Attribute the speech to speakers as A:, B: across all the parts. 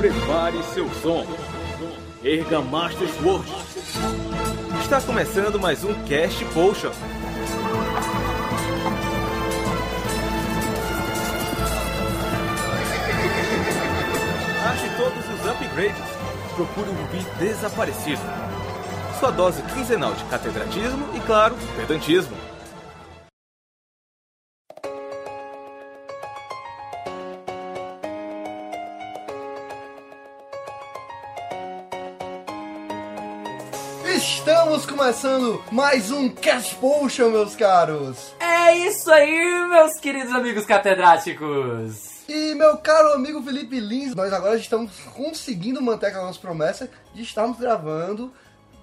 A: Prepare seu som. Erga Master Sword.
B: Está começando mais um Cast Potion. Ache todos os upgrades. Procure o rubi desaparecido. Sua dose quinzenal de catedratismo e, claro, pedantismo.
C: Estamos começando mais um Cash Potion, meus caros!
D: É isso aí, meus queridos amigos catedráticos!
C: E meu caro amigo Felipe Lins, nós agora estamos conseguindo manter aquela nossa promessa de estarmos gravando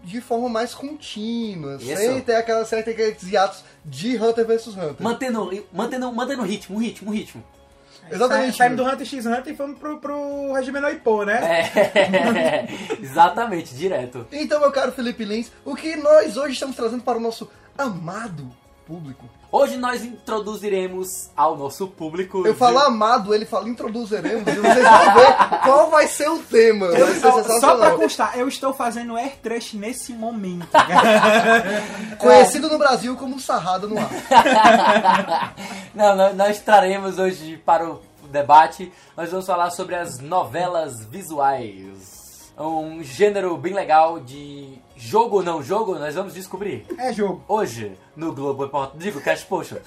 C: de forma mais contínua,
D: Isso.
C: sem ter aquela sem ter aqueles hiatos de Hunter vs Hunter.
D: Mantendo, mantendo, mantendo o ritmo, o ritmo, o ritmo.
C: Exatamente.
E: Saímos do Hunter x Hunter e fomos pro, pro regime Noipo, né?
D: É, exatamente, direto.
C: Então, meu caro Felipe Lins, o que nós hoje estamos trazendo para o nosso amado público?
D: Hoje nós introduziremos ao nosso público.
C: Eu falo
E: é.
C: amado, ele fala introduziremos e vocês vão ver qual vai ser o tema. Vai ser
E: Só, só pra
C: é sensacional.
E: constar, eu estou fazendo air trash nesse momento.
C: Conhecido no Brasil como sarrada no ar.
D: Não, nós, nós traremos hoje para o debate. Nós vamos falar sobre as novelas visuais. Um gênero bem legal de jogo ou não jogo, nós vamos descobrir.
E: é jogo.
D: Hoje, no Globo Repórter, digo, Cash Poxa.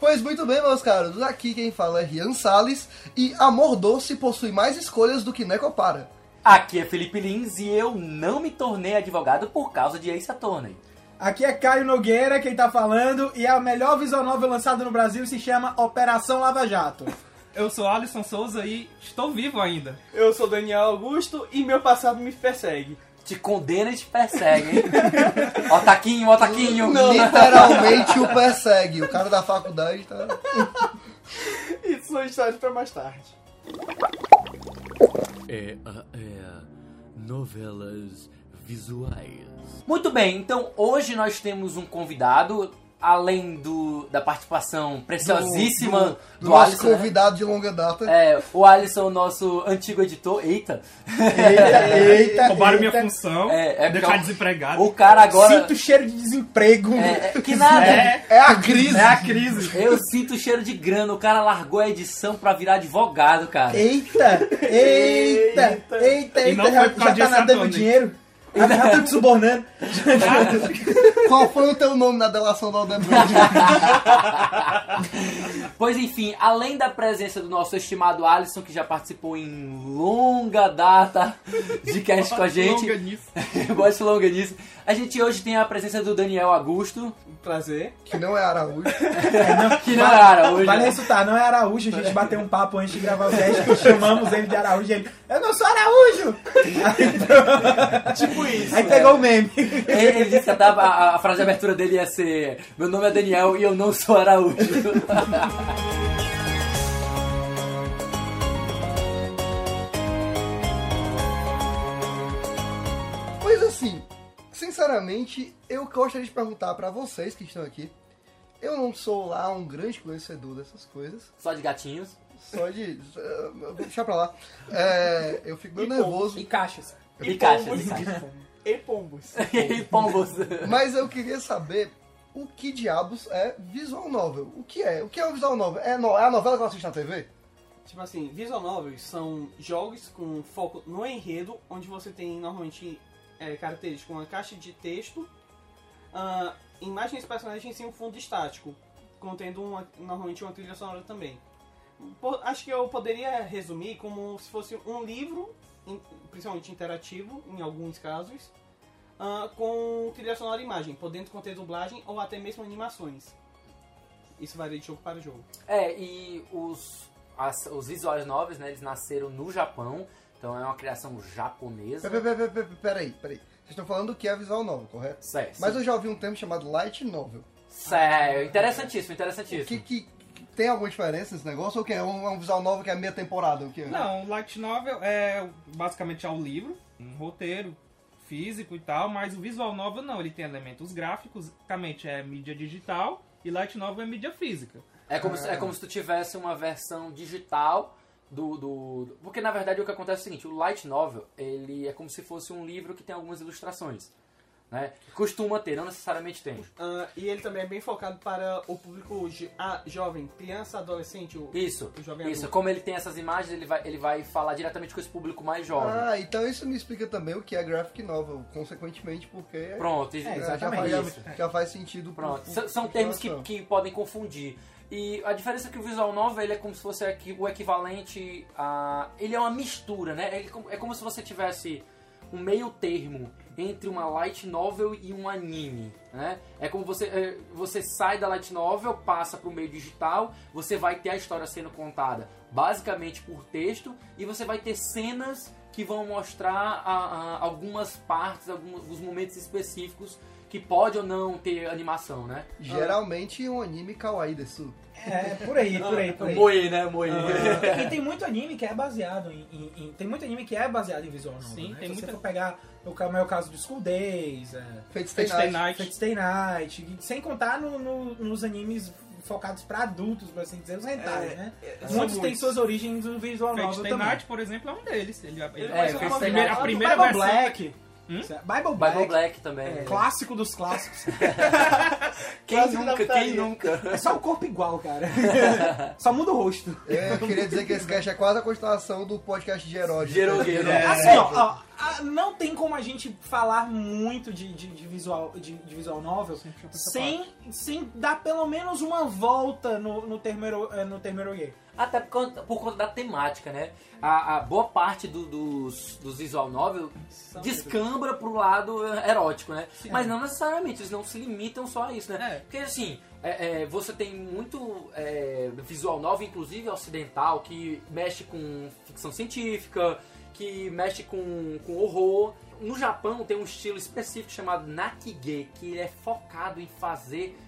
C: Pois muito bem, meus caros. Aqui quem fala é Rian Salles e Amor Doce possui mais escolhas do que Necopara.
D: Aqui é Felipe Lins e eu não me tornei advogado por causa de Ace Attorney.
E: Aqui é Caio Nogueira quem tá falando e a melhor visual novel lançada no Brasil se chama Operação Lava Jato.
F: Eu sou Alisson Souza e estou vivo ainda.
G: Eu sou Daniel Augusto e meu passado me persegue.
D: Te condena e te persegue, hein? ó taquinho, ó taquinho.
C: tá. Literalmente o persegue. O cara da faculdade tá.
G: Isso são histórias pra mais tarde.
H: É, a- é novelas visuais.
D: Muito bem, então hoje nós temos um convidado, além do da participação preciosíssima do,
C: do nosso
D: Alisson. né?
C: convidado de longa data.
D: É, o Alisson, nosso antigo editor, eita.
E: Eita, eita,
F: Roubaram minha
E: eita.
F: função,
D: É, é
F: deixar
D: porque-
F: desempregado.
D: O cara agora.
E: Sinto cheiro de desemprego.
D: É, é, que nada.
C: É a crise.
F: É a crise.
D: Eu sinto o cheiro de grana. O cara largou a edição pra virar advogado, cara.
E: Eita, eita, eita, eita,
F: E não foi por
E: já, já
F: causa
E: tá
F: disso, né,
E: nadando
F: Antônio.
E: dinheiro. Já tá te subornando.
C: Qual foi o teu nome na delação do Aldebrecht?
D: Pois enfim, além da presença do nosso estimado Alisson, que já participou em longa data de cast com a
F: Longa
D: gente,
F: nisso.
D: eu gosto longa disso, a gente hoje tem a presença do Daniel Augusto,
G: Prazer.
C: que não é Araújo.
D: que não era hoje.
E: Vale ressaltar, não é Araújo, a gente bateu um papo antes de gravar o teste que chamamos ele de Araújo e ele, eu não sou Araújo!
G: Tipo isso.
E: Aí pegou o meme.
D: Ele, ele disse que até a, a- a frase de abertura dele ia ser: Meu nome é Daniel e eu não sou Araújo.
C: Mas assim, sinceramente, eu gostaria de perguntar pra vocês que estão aqui. Eu não sou lá um grande conhecedor dessas coisas.
D: Só de gatinhos.
C: Só de. eh, Vou deixar pra lá. É, eu fico meio nervoso.
G: E caixas.
D: E caixas, e caixas.
G: E pombos.
D: E pombos.
C: Mas eu queria saber o que diabos é visual novel. O que é? O que é o visual novel? É, no- é a novela que eu assisto na TV?
G: Tipo assim, visual novels são jogos com foco no enredo, onde você tem normalmente é, características como uma caixa de texto, ah, imagens e personagens em um fundo estático, contendo uma- normalmente uma trilha sonora também. Po- acho que eu poderia resumir como se fosse um livro, in- principalmente interativo, em alguns casos, ah, com trilha sonora e imagem, podendo conter dublagem ou até mesmo animações. Isso varia de jogo para jogo.
D: É, e os, as- os visuais novos, né? Eles nasceram no Japão, então é uma criação japonesa.
C: Pe- pe- pe- pe- pe- Peraí, peraí. Vocês estão falando que é visual novel, correto?
D: Certo.
C: Mas eu já ouvi um termo chamado light novel.
D: Sério, interessantíssimo,
C: Que,
D: interessantíssimo.
C: que- que tem alguma diferença nesse negócio? Ou que é um, é um visual novel que é meia temporada? O que é?
F: Não, o light novel é basicamente é um livro, um roteiro físico e tal, mas o visual novel não, ele tem elementos gráficos, basicamente é mídia digital e light novel é mídia física.
D: É, como se, é como se tu tivesse uma versão digital do, do, do- Porque na verdade o que acontece é o seguinte, o light novel, ele é como se fosse um livro que tem algumas ilustrações. Né? Costuma ter, não necessariamente tem.
G: Ah, e ele também é bem focado para o público jo ah, jovem, criança, adolescente. o-
D: Isso,
G: O jovem
D: isso.
G: adulto.
D: Como ele tem essas imagens, ele vai, ele vai falar diretamente com esse público mais jovem.
C: Ah, então isso me explica também o que é graphic novel, consequentemente, porque
D: Pronto,
E: É,
C: já,
E: exatamente.
C: faz,
D: isso.
C: já, já faz sentido. pro-
D: Pronto,
C: pro-
D: são, são
C: pro-
D: termos que,
C: situação.
D: que podem confundir. E a diferença é que o visual novel ele é como se fosse aqui o equivalente a. Ele é uma mistura, né? Ele com- é como se você tivesse um meio termo entre uma light novel e um anime, né? É como você é, você sai da light novel, passa para o meio digital, você vai ter a história sendo contada basicamente por texto e você vai ter cenas que vão mostrar a- a- algumas partes, algum- alguns momentos específicos que pode ou não ter animação, né?
C: Geralmente um anime kawaii um desu.
E: É, por aí, por aí, por aí.
D: Moe, né? Moe.
E: Ah. e tem muito anime que é baseado em, em- em- Tem muito anime que é baseado em visual novel.
F: Sim,
E: né?
F: tem
E: Se
F: muita-
E: você for pegar o ca- o meu caso de School Days, é,
C: Fate Stay
F: Fate Stay
C: Night.
F: Night.
E: Fate Stay Night, e sem contar no- no- nos animes focados pra adultos, por assim dizer, os rentais, né?
G: São
E: Muitos têm suas origens no visual
F: Fate
E: novel
F: Stay
E: também.
F: Night, por exemplo, é um deles. Ele, ele
G: Ele
D: É,
F: faz
G: faz uma
D: Fate
F: uma
D: Stay
E: Ah,
F: primeira, a
G: novela-
E: do
F: primeira
E: Bible
F: versão.
E: Black.
F: Hum?
E: Isso é- Bible Black.
D: Bible Black também.
E: É,
D: né?
E: clássico dos clássicos.
D: Quem
C: Quase
D: nunca,
C: gritaria.
D: quem nunca?
E: É só o corpo igual, cara. Só muda o rosto.
C: É, Eu queria dizer que esse cast é quase a continuação do podcast de É. Herói.
D: Gerogueiro.
E: Assim, ó, ó, a- não tem como a gente falar muito de, de- de visual, de, de visual novel sem, sem dar pelo menos uma volta no, no termo ero- eh, no termo erogueiro.
D: Até por conta, por conta da temática, né? A, a boa parte do- dos, dos visual novel descambra pro lado erótico, né? Mas não necessariamente, eles não se limitam só a isso, né?
F: É.
D: Porque assim, é, é, você tem muito é, visual novel, inclusive ocidental, que mexe com ficção científica, que mexe com, com horror. No Japão tem um estilo específico chamado Nakige, que ele é focado em fazer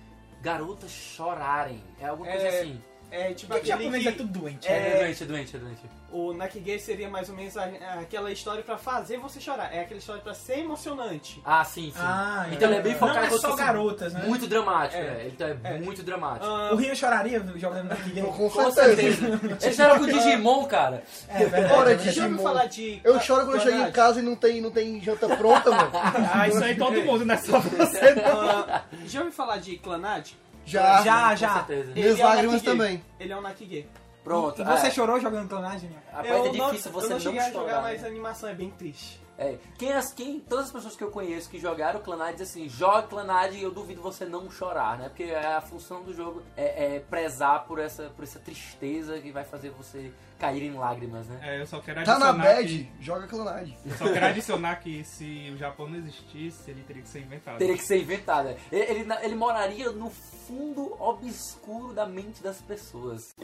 D: garotas chorarem. É alguma coisa
G: É,
D: assim.
G: É tipo
E: Porque
G: aquele
E: japonês é
G: que
E: tudo doente.
D: É,
G: É.
D: doente, é doente, é doente.
G: o Nakige seria mais ou menos a- aquela história pra fazer você chorar. É aquela história pra ser emocionante.
D: Ah, sim, sim.
E: Ah,
D: Então ele é bem focado
E: Não é
D: em
E: só
D: outro-
E: garotas, né?
D: Muito dramático,
G: É.
D: é. Ele tá é.
G: É.
D: muito dramático.
G: Ah,
E: O Rinho choraria jogando no Kigame.
C: Com
D: Com
C: certeza.
D: certeza. Eles eram com o Digimon, cara.
E: É
C: Ora,
E: verdade.
C: de-
G: já ouviu
C: Digimon.
G: falar de...
C: Eu choro quando eu chego em
G: Clanad?
C: casa e não tem, não tem janta pronta, mano.
F: Ah, isso aí todo mundo, né? Só você.
G: Ah, já ouviu falar de Clanad?
C: Já.
E: Já,
D: Com
E: já.
D: certeza.
G: Ele é
C: Minhas
G: um
C: lágrimas
G: Nakige.
C: também.
G: Ele é um Nakige.
D: Pronto.
E: E você
D: é.
E: chorou jogando clonagem? né?
D: Rapaz,
G: eu
D: é difícil
G: não,
D: você
G: eu não
D: não,
G: cheguei a jogar,
D: chorar.
G: mas a
D: né?
G: animação é bem triste.
D: É. Quem, as, quem, todas as pessoas que eu conheço que jogaram Clanad dizem assim, joga Clanad e eu duvido você não chorar, né? Porque a função do jogo é, é prezar por essa, por essa tristeza que vai fazer você cair em lágrimas, né?
F: É, eu só quero
C: Tá na
F: adicionar que,
C: bad, joga clonagem.
F: eu só quero adicionar que se o Japão não existisse, ele teria que ser inventado.
D: Teria que ser inventado. né? Ele, ele, na- ele moraria no fundo obscuro da mente das pessoas.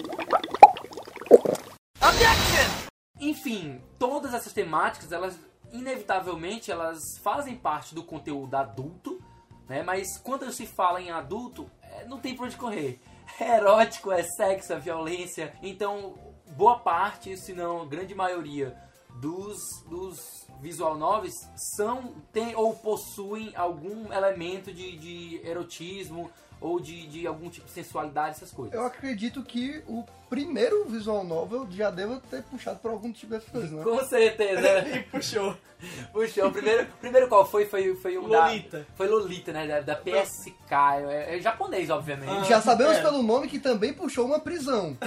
D: Enfim, todas essas temáticas, elas inevitavelmente elas fazem parte do conteúdo adulto, né? Mas quando se fala em adulto, é, não tem pra onde correr. É erótico, é sexo, é violência. Então, boa parte, se não a grande maioria dos, dos visual novels são, tem ou possuem algum elemento de, de erotismo ou de, de algum tipo de sensualidade, essas coisas.
C: Eu acredito que o primeiro visual novel já deva ter puxado por algum tipo dessas coisas, né?
D: Com certeza.
G: E puxou.
D: Puxa, o primeiro, primeiro qual foi? Foi, foi um da-
G: Lolita.
D: Foi Lolita, né? Da, da PSK. É, é japonês, obviamente.
C: Já sabemos
G: é.
C: pelo nome que também puxou uma prisão.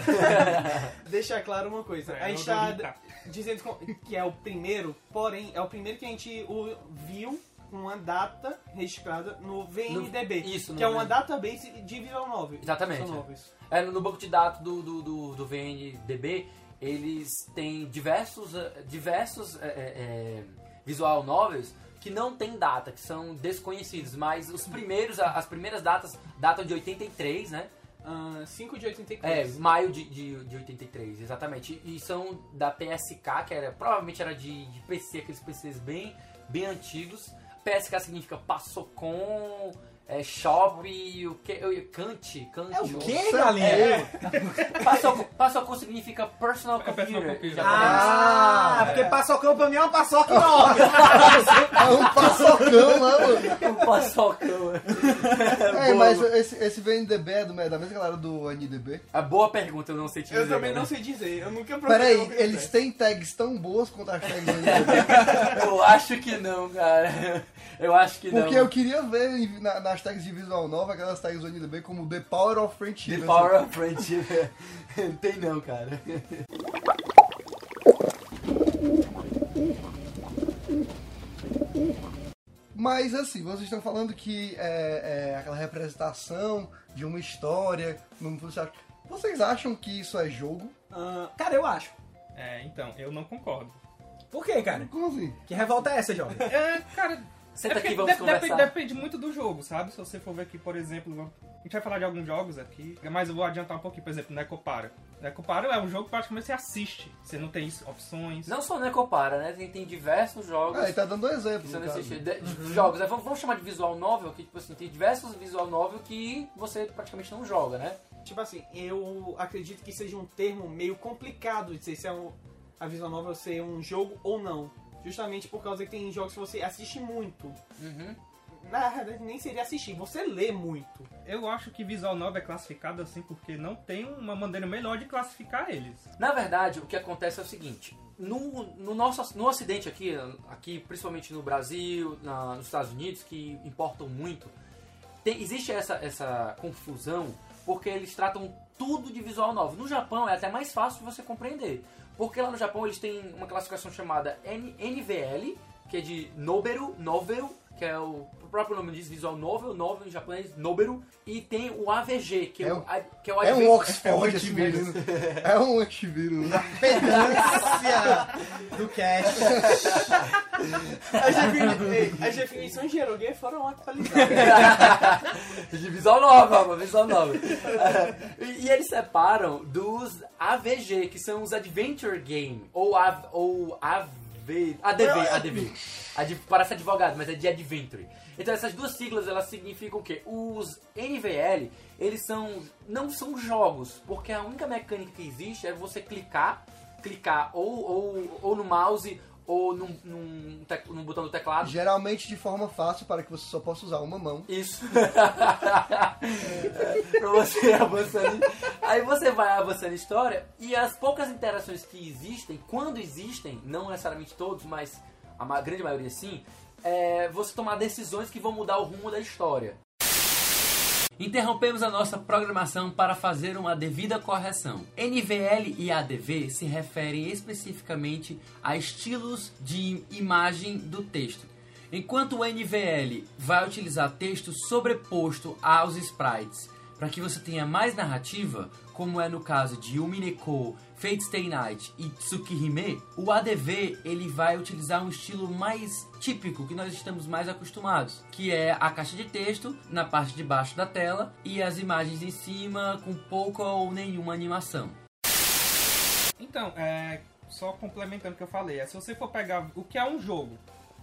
G: Deixar claro uma coisa.
F: É,
G: a
F: eu
G: gente
F: não
G: tá
F: duvido, tá.
G: dizendo com- que é o primeiro, porém, é o primeiro que a gente o- viu com uma data registrada no VNDB.
D: No- isso, no
G: Que é uma
D: VNDB.
G: database de Visual Novel.
D: Exatamente.
G: Visual novels.
D: É, no banco de dados do, do, do, do VNDB, eles têm diversos, eh, diversos eh, eh, eh, visual novels que não tem data, que são desconhecidos, mas os primeiros, a- as primeiras datas datam de 83, né?
G: Ah, 5 de
D: É,
G: 83.
D: maio de, de, de 83, exatamente. E são da PSK, que era, provavelmente era de, de PC, aqueles PCs bem, bem antigos. PSK significa passou com. É shop e o que? eu- Cante, cante.
E: É o quê,
C: Nossa,
E: galinha?
D: é, Passocão Passocão significa personal
F: É personal
D: computer. em
F: computer.
D: japonês.
E: Ah, porque paçocão pra mim é uma paçoca enorme.
C: É um paçocão lá, mano.
D: Um Passocão.
C: É, mas esse, esse VNDB é do, da mesma galera do NDB.
D: É boa pergunta, eu não sei te dizer.
G: Eu também
D: né?
G: não sei dizer, eu nunca procurei.
C: Peraí,
G: uma coisa
C: eles
G: dessa.
C: têm tags tão boas quanto as tags do NDB.
D: Eu acho que não, cara. Eu acho que
C: Porque
D: não.
C: eu queria ver em- na- nas tags de visual nova aquelas tags do NDB como The Power of Friendship.
D: The
C: assim.
D: Power of Friendship. Não tem não, cara.
C: Mas assim, vocês estão falando que é, é aquela representação de uma história. Num... Vocês acham que isso é jogo?
E: Ah, cara, eu acho.
F: É, então, eu não concordo.
E: Por quê, cara?
C: Como assim?
E: Que revolta é essa, jovem?
F: É, cara,
D: Senta
F: é
D: aqui,
F: porque
D: vamos
F: dep-
D: conversar.
F: Depende, depende muito do jogo, sabe? Se você for ver aqui, por exemplo, vamos- a gente vai falar de alguns jogos aqui, mas eu vou adiantar um pouquinho, por exemplo, Necopara. Necopara é um jogo que praticamente você assiste, você não tem opções.
D: Não só Necopara, né? Tem, tem diversos jogos.
C: Ah, ele tá dando um
D: que
C: exemplo.
D: Você
C: no
D: não
C: caso.
D: assiste. De- Jogos, né? vamos, vamos chamar de visual novel, que tipo assim, tem diversos visual novel que você praticamente não joga, né?
G: Tipo assim, eu acredito que seja um termo meio complicado de dizer se é um, a Visual Novel ser um jogo ou não. Justamente por causa que tem jogos que você assiste muito.
D: Uhum.
G: Na verdade, nem seria assistir, você lê muito.
F: Eu acho que Visual 9 é classificado assim porque não tem uma maneira melhor de classificar eles.
D: Na verdade, o que acontece é o seguinte: no, no nosso no Ocidente aqui, aqui principalmente no Brasil, na- nos Estados Unidos, que importam muito, tem- existe essa, essa confusão porque eles tratam tudo de visual novel. No Japão é até mais fácil de você compreender, porque lá no Japão eles têm uma classificação chamada N- NVL, que é de Noberu Novel, que é o, o próprio nome diz visual novel, novel em japonês, Noberu, e tem o AVG, que é,
C: É
D: o,
C: um-
D: a- que é o
C: É
D: Advanced-
C: um Oxford
D: esse
C: esse
D: mesmo.
C: menino. É um antivírus.
E: Do cast.
G: As, defini- ei, as definições de Eroguê foram atualizadas.
D: De visão nova, uma visão nova. É, e, e eles separam dos AVG, que são os Adventure Game, ou, a, ou AV, ADV, ADV. Ad- parece advogado, mas é de Adventure. Então essas duas siglas, elas significam o quê? Os NVL, eles são, não são jogos, porque a única mecânica que existe é você clicar, clicar ou, ou, ou no mouse, ou num, num, tec- num botão do teclado,
C: Geralmente de forma fácil para que você só possa usar uma mão.
D: isso. É, pra você ir avançando. Aí você vai avançando a história e as poucas interações que existem, quando existem, não necessariamente todos, mas a ma- grande maioria sim, é você tomar decisões que vão mudar o rumo da história. Interrompemos a nossa programação para fazer uma devida correção. NVL e ADV se referem especificamente a estilos de imagem do texto. Enquanto o NVL vai utilizar texto sobreposto aos sprites para que você tenha mais narrativa, como é no caso de Umineko, Fate Stay Night e Tsukihime, o ADV ele vai utilizar um estilo mais típico que nós estamos mais acostumados, que é a caixa de texto na parte de baixo da tela e as imagens em cima com pouca ou nenhuma animação.
F: Então, é, só complementando o que eu falei, é, se você for pegar o que é um jogo,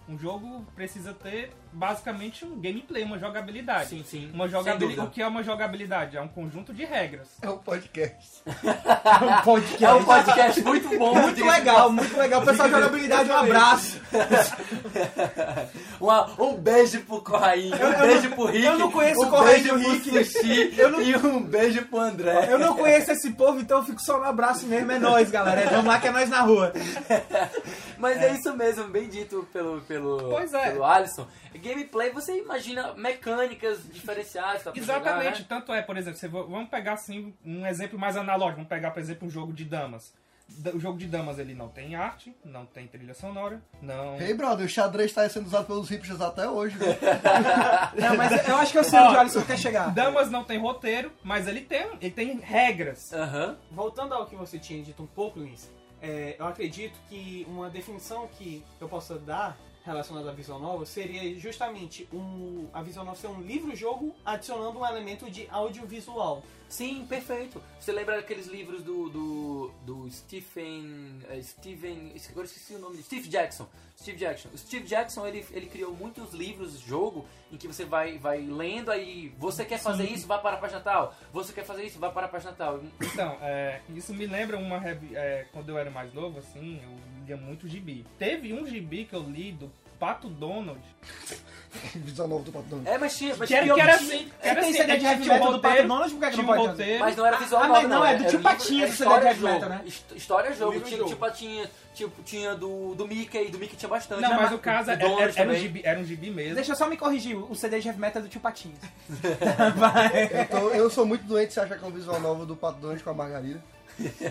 F: um jogo precisa ter basicamente um gameplay, uma jogabilidade.
D: sim.
F: Uma jogabili- o que é uma jogabilidade? É um conjunto de regras.
C: É um podcast.
E: Um podcast.
D: É um podcast muito bom,
E: Muito legal, muito legal. Pessoal de jogabilidade, um abraço.
D: Uma- um beijo pro Corraine, um beijo pro Rick.
E: eu não conheço
D: um
E: o Corraine
D: beijo
E: e o
D: pro
E: Rick.
D: Sushi e um beijo pro André.
E: Eu não conheço esse povo, então eu fico só no abraço mesmo. É nóis, galera. É, Vamos lá que é nós na rua.
D: Mas é. isso mesmo, bem dito pelo, pelo,
F: Pois é.
D: pelo Alisson. Gameplay, você imagina mecânicas diferenciais. Pra
F: Exatamente,
D: Jogar, né?
F: tanto é, por exemplo, você- vamos pegar assim um exemplo mais analógico, vamos pegar, por exemplo, um jogo de damas. Da- O jogo de damas ele não tem arte, não tem trilha sonora, não.
C: Ei, brother, o xadrez tá sendo usado pelos hipsters até hoje. velho.
E: Não, mas eu acho que eu sei onde o Alisson quer chegar.
F: Damas não tem roteiro, mas ele tem, ele tem regras.
D: né? Aham.
G: Voltando ao que você tinha dito um pouco, Luiz, é, eu acredito que uma definição que eu possa dar relacionada à Visual Novel seria justamente um, a Visual Novel ser um livro-jogo adicionando um elemento de audiovisual.
D: Sim, perfeito. Você lembra daqueles livros do, do, do Stephen. eh, Steven. Agora esqueci o nome dele. Steve Jackson. Steve Jackson. O Steve Jackson ele, ele criou muitos livros, jogo, em que você vai, vai lendo aí. Você quer fazer isso? Vá para a página tal. Você quer fazer isso? Vá para a página tal.
F: Então, é, isso me lembra uma revi- é, quando eu era mais novo, assim, eu lia muito gibi. Teve um gibi que eu li do Pato Donald.
C: Visual novo do Pato Donald.
D: É, mas tinha. Mas,
F: Que era,
D: tinha-
F: que era assim, que era
E: tem
F: assim,
E: CD de
F: tinha
E: heavy
F: um
E: metal do Pato
F: roteiro,
E: Donald, por que é que
F: tinha
E: não
F: um
E: pode
F: roteiro.
D: mas não era visual
E: Ah,
D: novel,
E: mas não, é do
D: Era
E: Tio
D: livro-
E: Patinhas,
D: era
E: esse CD de
D: história
E: heavy metal,
D: jogo.
E: né?
D: His- História jogo.
G: Livro
D: Tinha
G: jogo.
D: do Tio Patinhas, tipo, tinha do, do Mickey. Do Mickey tinha bastante.
F: Não,
D: Tinha
F: mas
D: ma-
F: o caso
D: do
F: era,
D: Donald
F: era, um
D: também.
F: gibi, era um gibi mesmo.
E: Deixa eu só me corrigir, o CD de heavy metal é do tio Patinhas.
C: Eu, tô- eu sou muito doente se achar que é um visual novo do Pato Donald com a Margarida.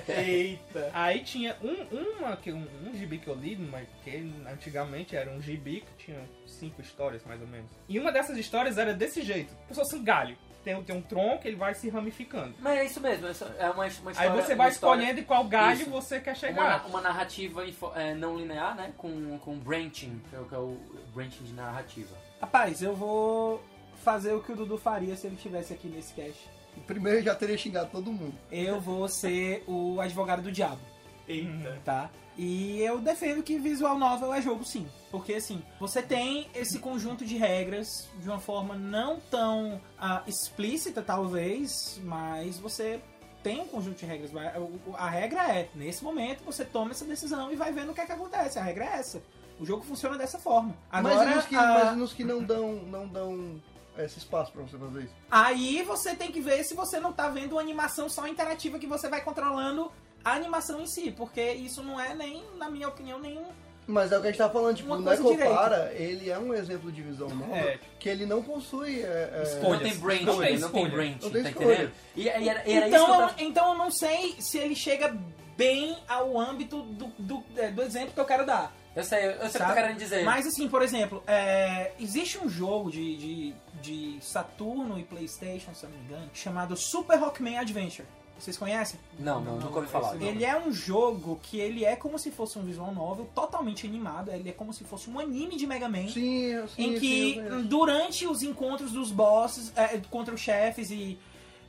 E: Eita.
F: Aí tinha um, uma, que- um, um gibi que eu li, mas que antigamente era um gibi que tinha cinco histórias, mais ou menos. E uma dessas histórias era desse jeito. Como se fosse um galho. Tem, tem um tronco, ele vai se ramificando.
D: Mas é isso mesmo. é só- É uma, uma história,
F: Aí você vai
D: uma história-
F: escolhendo qual galho
D: Isso.
F: você quer
D: uma,
F: chegar.
D: na- uma narrativa info- é, não linear, né? Com, com branching, que é, o- que é o branching de narrativa.
E: Rapaz, eu vou fazer o que o Dudu faria se ele estivesse aqui nesse cast.
C: Primeiro eu já teria xingado todo mundo.
E: Eu vou ser o advogado do diabo.
G: Eita.
E: tá? E eu defendo que visual novel é jogo sim, porque assim, você tem esse conjunto de regras de uma forma não tão ah, explícita talvez, mas você tem um conjunto de regras. Vai- o- o- A regra é, nesse momento você toma essa decisão e vai vendo o que é que acontece. A regra é essa. O jogo funciona dessa forma. Agora,
C: mas, e nos que,
E: a-
C: mas e nos que não dão, não dão é, esse espaço pra você fazer isso?
E: Aí você tem que ver se você não tá vendo uma animação só interativa que você vai controlando a animação em si, porque isso não é nem, um na minha opinião, nenhum
C: Mas é o que a gente tá falando, tipo,
E: Uma
C: o
E: coisa tipo,
C: Necopara, ele é um exemplo de visual novo
F: É.
C: que ele não possui. É, é,
F: Escolha. Escolhas.
D: Não tem branching,
F: Não
D: não
F: tem
D: tem,
F: escolha.
D: branching,
C: Não tem
D: tá
C: escolha.
D: entendendo? E, e era, era isso que eu
E: então, eu,
D: tava...
E: então eu não sei se ele chega bem ao âmbito do, do, é, do exemplo que eu quero dar.
D: Eu sei, eu sei o que eu
E: Sabe?
D: tô querendo dizer.
E: Mas assim, por exemplo, é, existe um jogo de, de, de Saturno e Playstation, se eu não me engano, chamado Super Rockman Adventure. Vocês conhecem?
D: Não, não, Tipo nunca ouvi falar.
E: Ele é um jogo que ele é como se fosse um visual novel totalmente animado, ele é como se fosse um anime de Mega Man.
C: Sim, sim,
E: em
C: sim,
E: que
C: eu conheço.
E: durante os encontros dos bosses é, contra os chefes e,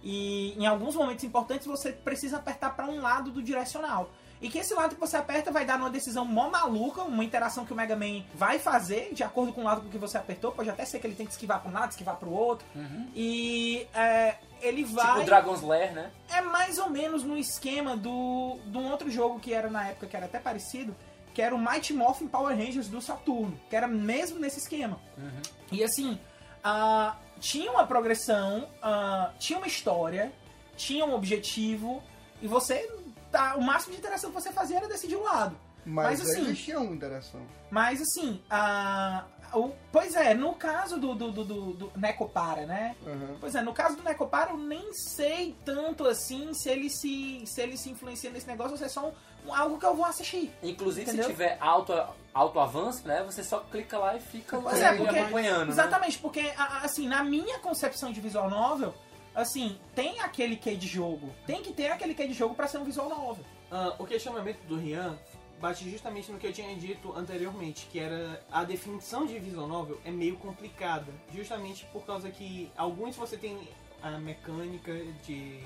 E: e em alguns momentos importantes você precisa apertar pra um lado do direcional e que esse lado que você aperta vai dar numa decisão mó maluca, uma interação que o Mega Man vai fazer de acordo com o lado que você apertou. Pode até ser que ele tem que esquivar pra um lado, esquivar pro outro.
D: Uhum.
E: E é, ele vai.
D: Tipo o Dragon's Lair, né?
E: É mais ou menos no esquema do de um outro jogo que era na época que era até parecido, que era o Mighty Morphin Power Rangers do Saturno, que era mesmo nesse esquema.
D: Uhum.
E: E assim, ah, tinha uma progressão, ah, tinha uma história, tinha um objetivo, e você tá, o máximo de interação que você fazia era decidir um lado.
C: Mas,
E: mas, assim,
C: existia uma interação.
E: Mas assim, ah, o- pois é, no caso do, do, do, do, do Necopara, né?
C: Aham.
E: Pois é, no caso do Necoparo, eu nem sei tanto assim se ele se, se, ele se influencia nesse negócio ou se é só um- um- algo que eu vou assistir.
D: Inclusive,
E: Entendeu?
D: se tiver auto, auto avanço, né? Você só clica lá e fica lá
E: Pois é, porque-
D: acompanhando. né?
E: Exatamente, porque, a- a- assim, na minha concepção de visual novel, assim, tem aquele que de jogo. Tem que ter aquele que de jogo pra ser um visual novel.
G: Ah, o questionamento do Rian bate justamente no que eu tinha dito anteriormente, que era a definição de visual novel é meio complicada, justamente por causa que alguns você tem a mecânica de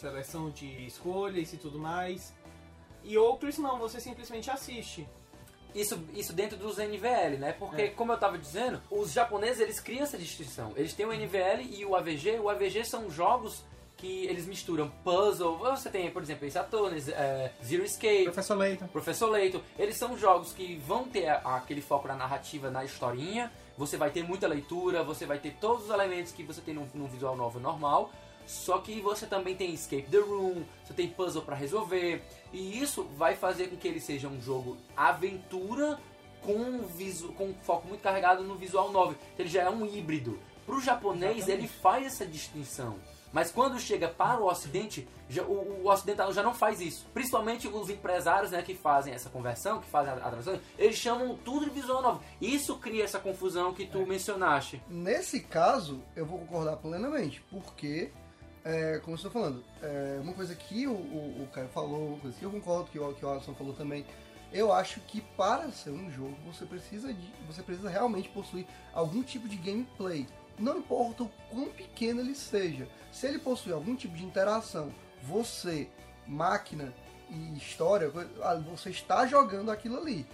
G: seleção de escolhas e tudo mais, e outros não, você simplesmente assiste.
D: isso, isso dentro dos NVL, né? Porque,
G: É.
D: como eu tava dizendo, os japoneses, eles criam essa distinção. Eles têm o NVL e o AVG. O AVG são jogos que eles misturam puzzle. Você tem, por exemplo, Ace Attorney, é, Zero Escape,
E: Professor Leighton.
D: Professor Leito, eles são jogos que vão ter a- aquele foco na narrativa, na historinha. Você vai ter muita leitura, você vai ter todos os elementos que você tem num, num visual novel normal. Só que você também tem escape the room, você tem puzzle pra resolver. E isso vai fazer com que ele seja um jogo aventura com, um visu, com foco muito carregado no visual novel. Então ele já é um híbrido. Pro japonês, ele faz essa distinção. Mas quando chega para o ocidente, já- o, o ocidental já não faz isso. Principalmente os empresários né, que fazem essa conversão, que fazem a, a transação, eles chamam tudo de visual novel. Isso cria essa confusão que tu mencionaste.
C: Nesse caso, eu vou concordar plenamente, porque, é, como eu estou falando, é, uma coisa que o, o, o Caio falou, uma coisa que eu concordo, que o, que o Alisson falou também, eu acho que para ser um jogo, você precisa, de, você precisa realmente possuir algum tipo de gameplay. Não importa o quão pequeno ele seja, se ele possui algum tipo de interação, você, máquina, e história, coisa- ah, você está jogando aquilo ali.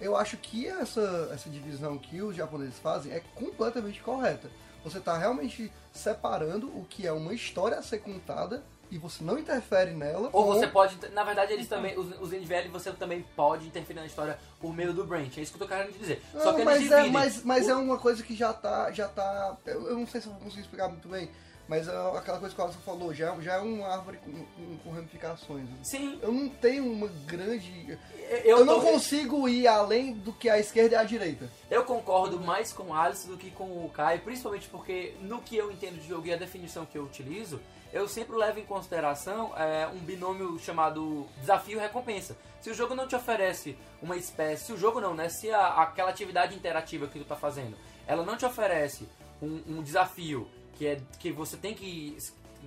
C: Eu acho que essa, essa divisão que os japoneses fazem é completamente correta. Você está realmente separando o que é uma história a ser contada e você não interfere nela.
D: Ou você
C: com-
D: pode, na verdade, eles também, os, os NVL, você também pode interferir na história por meio do branch. É isso que eu tô querendo dizer. Só
C: Não,
D: que eles
C: mas, é,
D: dividem.
C: mas, mas
D: O-
C: é uma coisa que já tá. Já tá eu, eu não sei se eu vou conseguir explicar muito bem, mas é aquela coisa que o Alisson falou, já, é- já é uma árvore com, com- com ramificações.
D: Sim,
C: Eu não tenho uma grande. Eu,
D: eu,
C: não
D: tô-
C: consigo ir além do que a esquerda e a direita.
D: eu concordo mais com o Alice do que com o Kai, principalmente porque no que eu entendo de jogo e a definição que eu utilizo, eu sempre levo em consideração é, um binômio chamado desafio-recompensa. Se o jogo não te oferece uma espécie, se o jogo não, né? Se a- aquela atividade interativa que tu tá fazendo, ela não te oferece um, um desafio que é que você tem que,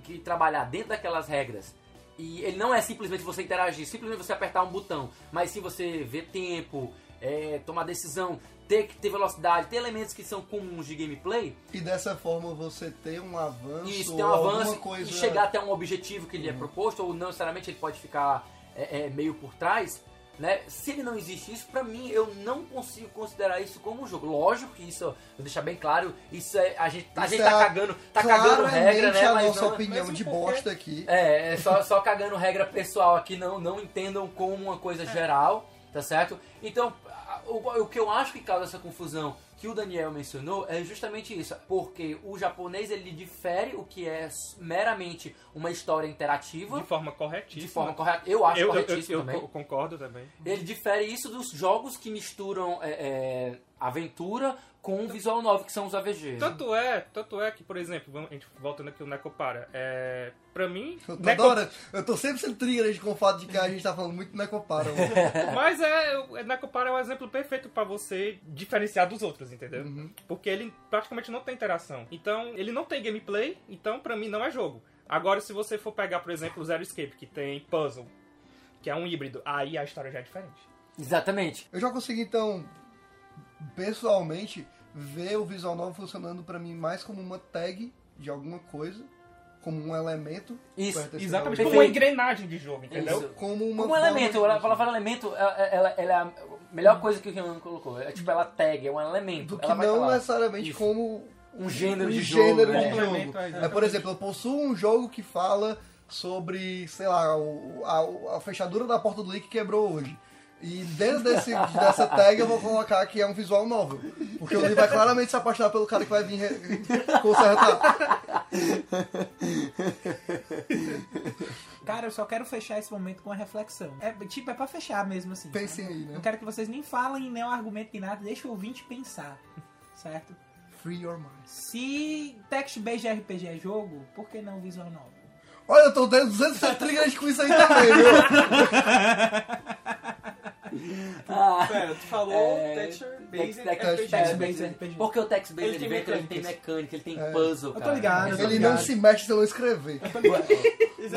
D: que trabalhar dentro daquelas regras. E ele não é simplesmente você interagir, simplesmente você apertar um botão, mas sim você ver tempo, é, tomar decisão, ter que ter velocidade, ter elementos que são comuns de gameplay,
C: E dessa forma você tem um avanço.
D: e isso tem um
C: ou alguma
D: avanço
C: coisa... Uhum.
D: e chegar até um objetivo que lhe é proposto, ou não necessariamente ele pode ficar é, é, meio por trás, né? Se ele não existe isso, pra mim eu não consigo considerar isso como um jogo. Lógico que isso, eu vou deixar bem claro, isso é, a gente, a
C: Isso
D: gente
C: é
D: tá cagando, tá cagando
C: Claramente
D: regra, né?
C: a
D: Mas
C: nossa
D: não,
C: opinião
F: mas
C: de
F: porque-
C: bosta aqui.
D: é, é só, só cagando regra pessoal aqui, não, não entendam como uma coisa geral, tá certo? Então, a- o, o que eu acho que causa essa confusão que o Daniel mencionou é justamente isso, porque o japonês ele difere o que é s- meramente uma história interativa
F: De forma
D: de,
F: corretíssima.
D: forma correta, eu acho
F: eu, eu, eu,
D: corretíssimo
F: eu
D: também.
F: co- concordo também.
D: Ele difere isso dos jogos que misturam é, é, aventura com um visual novel, que são os AVGs.
F: Tanto é, tanto é que, por exemplo, vamos- a gente voltando aqui o Necopara, é, pra mim,
C: Eu tô,
F: Neco-
C: adorando. eu tô sempre sendo trigger com o fato de que a gente tá falando muito na compara.
F: mas é, eu- é, Necopara é um exemplo perfeito pra você diferenciar dos outros, entendeu?
D: Uhum.
F: Porque ele praticamente não tem interação. Então, ele não tem gameplay, então pra mim não é jogo. Agora, se você for pegar, por exemplo, o Zero Escape, que tem puzzle, que é um híbrido, aí a história já é diferente.
D: Exatamente.
C: Eu já consegui, então, pessoalmente, ver o visual novel funcionando pra mim mais como uma tag de alguma coisa, como um elemento.
D: Isso,
C: pertencente ao
F: Exatamente,
C: jogo,
F: como uma engrenagem de jogo, entendeu?
D: Isso.
C: Como uma
D: Como
C: forma
D: Um elemento,
C: de-
D: ela- a palavra elemento, ela, ela- ela é a melhor coisa que o Renan colocou. É tipo, ela tag, é um elemento.
C: Do que
D: ela vai
C: não
D: falar.
C: necessariamente
D: Isso.
C: como
D: Um gênero
C: um
D: de jogo.
C: gênero
D: né?
C: de jogo.
F: Complemento, é,
C: É, por exemplo, eu possuo um jogo que fala sobre, sei lá, o- a, a fechadura da porta do Link quebrou hoje. E dentro desse, dessa tag eu vou colocar que é um visual novel. Porque o Lee vai claramente se apaixonar pelo cara que vai vir re- consertar.
E: Cara, eu só quero fechar esse momento com uma reflexão. É, tipo, é pra fechar mesmo, assim.
C: Pensem aí, né?
E: Não quero que vocês nem falem, nem um argumento, nem nada. Deixa o ouvinte pensar, certo?
C: Free your mind.
E: Se text-based RPG é jogo, por que não visual novel?
C: Olha, eu tô dando 200 triggers com isso aí também, viu?
D: Ah,
G: Pera, tu falou
D: É,
G: texture
D: text-
G: based
D: text-
G: RPG.
E: Text-based RPG.
D: Porque o text base
G: Ele
D: ele,
G: tem
D: vem que ele tem
G: mecânicas.
D: mecânica, ele tem puzzle.
E: tô
D: cara.
E: ligado, eu tô
C: É. Ele
E: ligado.
C: não se mexe se eu não escrever.
D: Ah, tá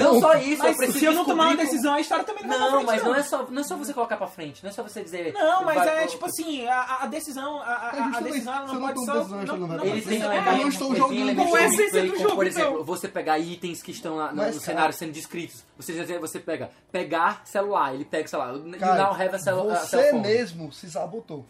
D: Não só isso, eu
E: Mas
D: preciso
E: se eu não tomar uma
D: descobrir como-
E: decisão, a história também não vai pra
D: Não,
E: frente,
D: mas não é, só, não é só você colocar pra frente, não é só você dizer.
E: Não, mas
D: vai-
E: é tipo assim, a, a decisão, a, a-
C: É, justamente,
E: a decisão ela
C: se eu
E: não
C: não
E: pode
C: tomo
E: só...
C: decisão, a história não vai pra
D: Eles
C: frente.
D: têm
C: Eu
D: elementos,
C: não estou um
D: eles têm
C: jogando tipo
D: elementos
F: com a
D: de
F: essência
D: gameplay,
F: do
D: como,
F: jogo,
D: Por
F: então.
D: exemplo, você pegar itens que estão na- no,
C: Mas, ah. cara-
D: cenário sendo descritos. Você, já- você pega pegar celular, ele pega celular. You
C: Cara,
D: now have a cell, a cell
C: você
D: phone.
C: mesmo se sabotou.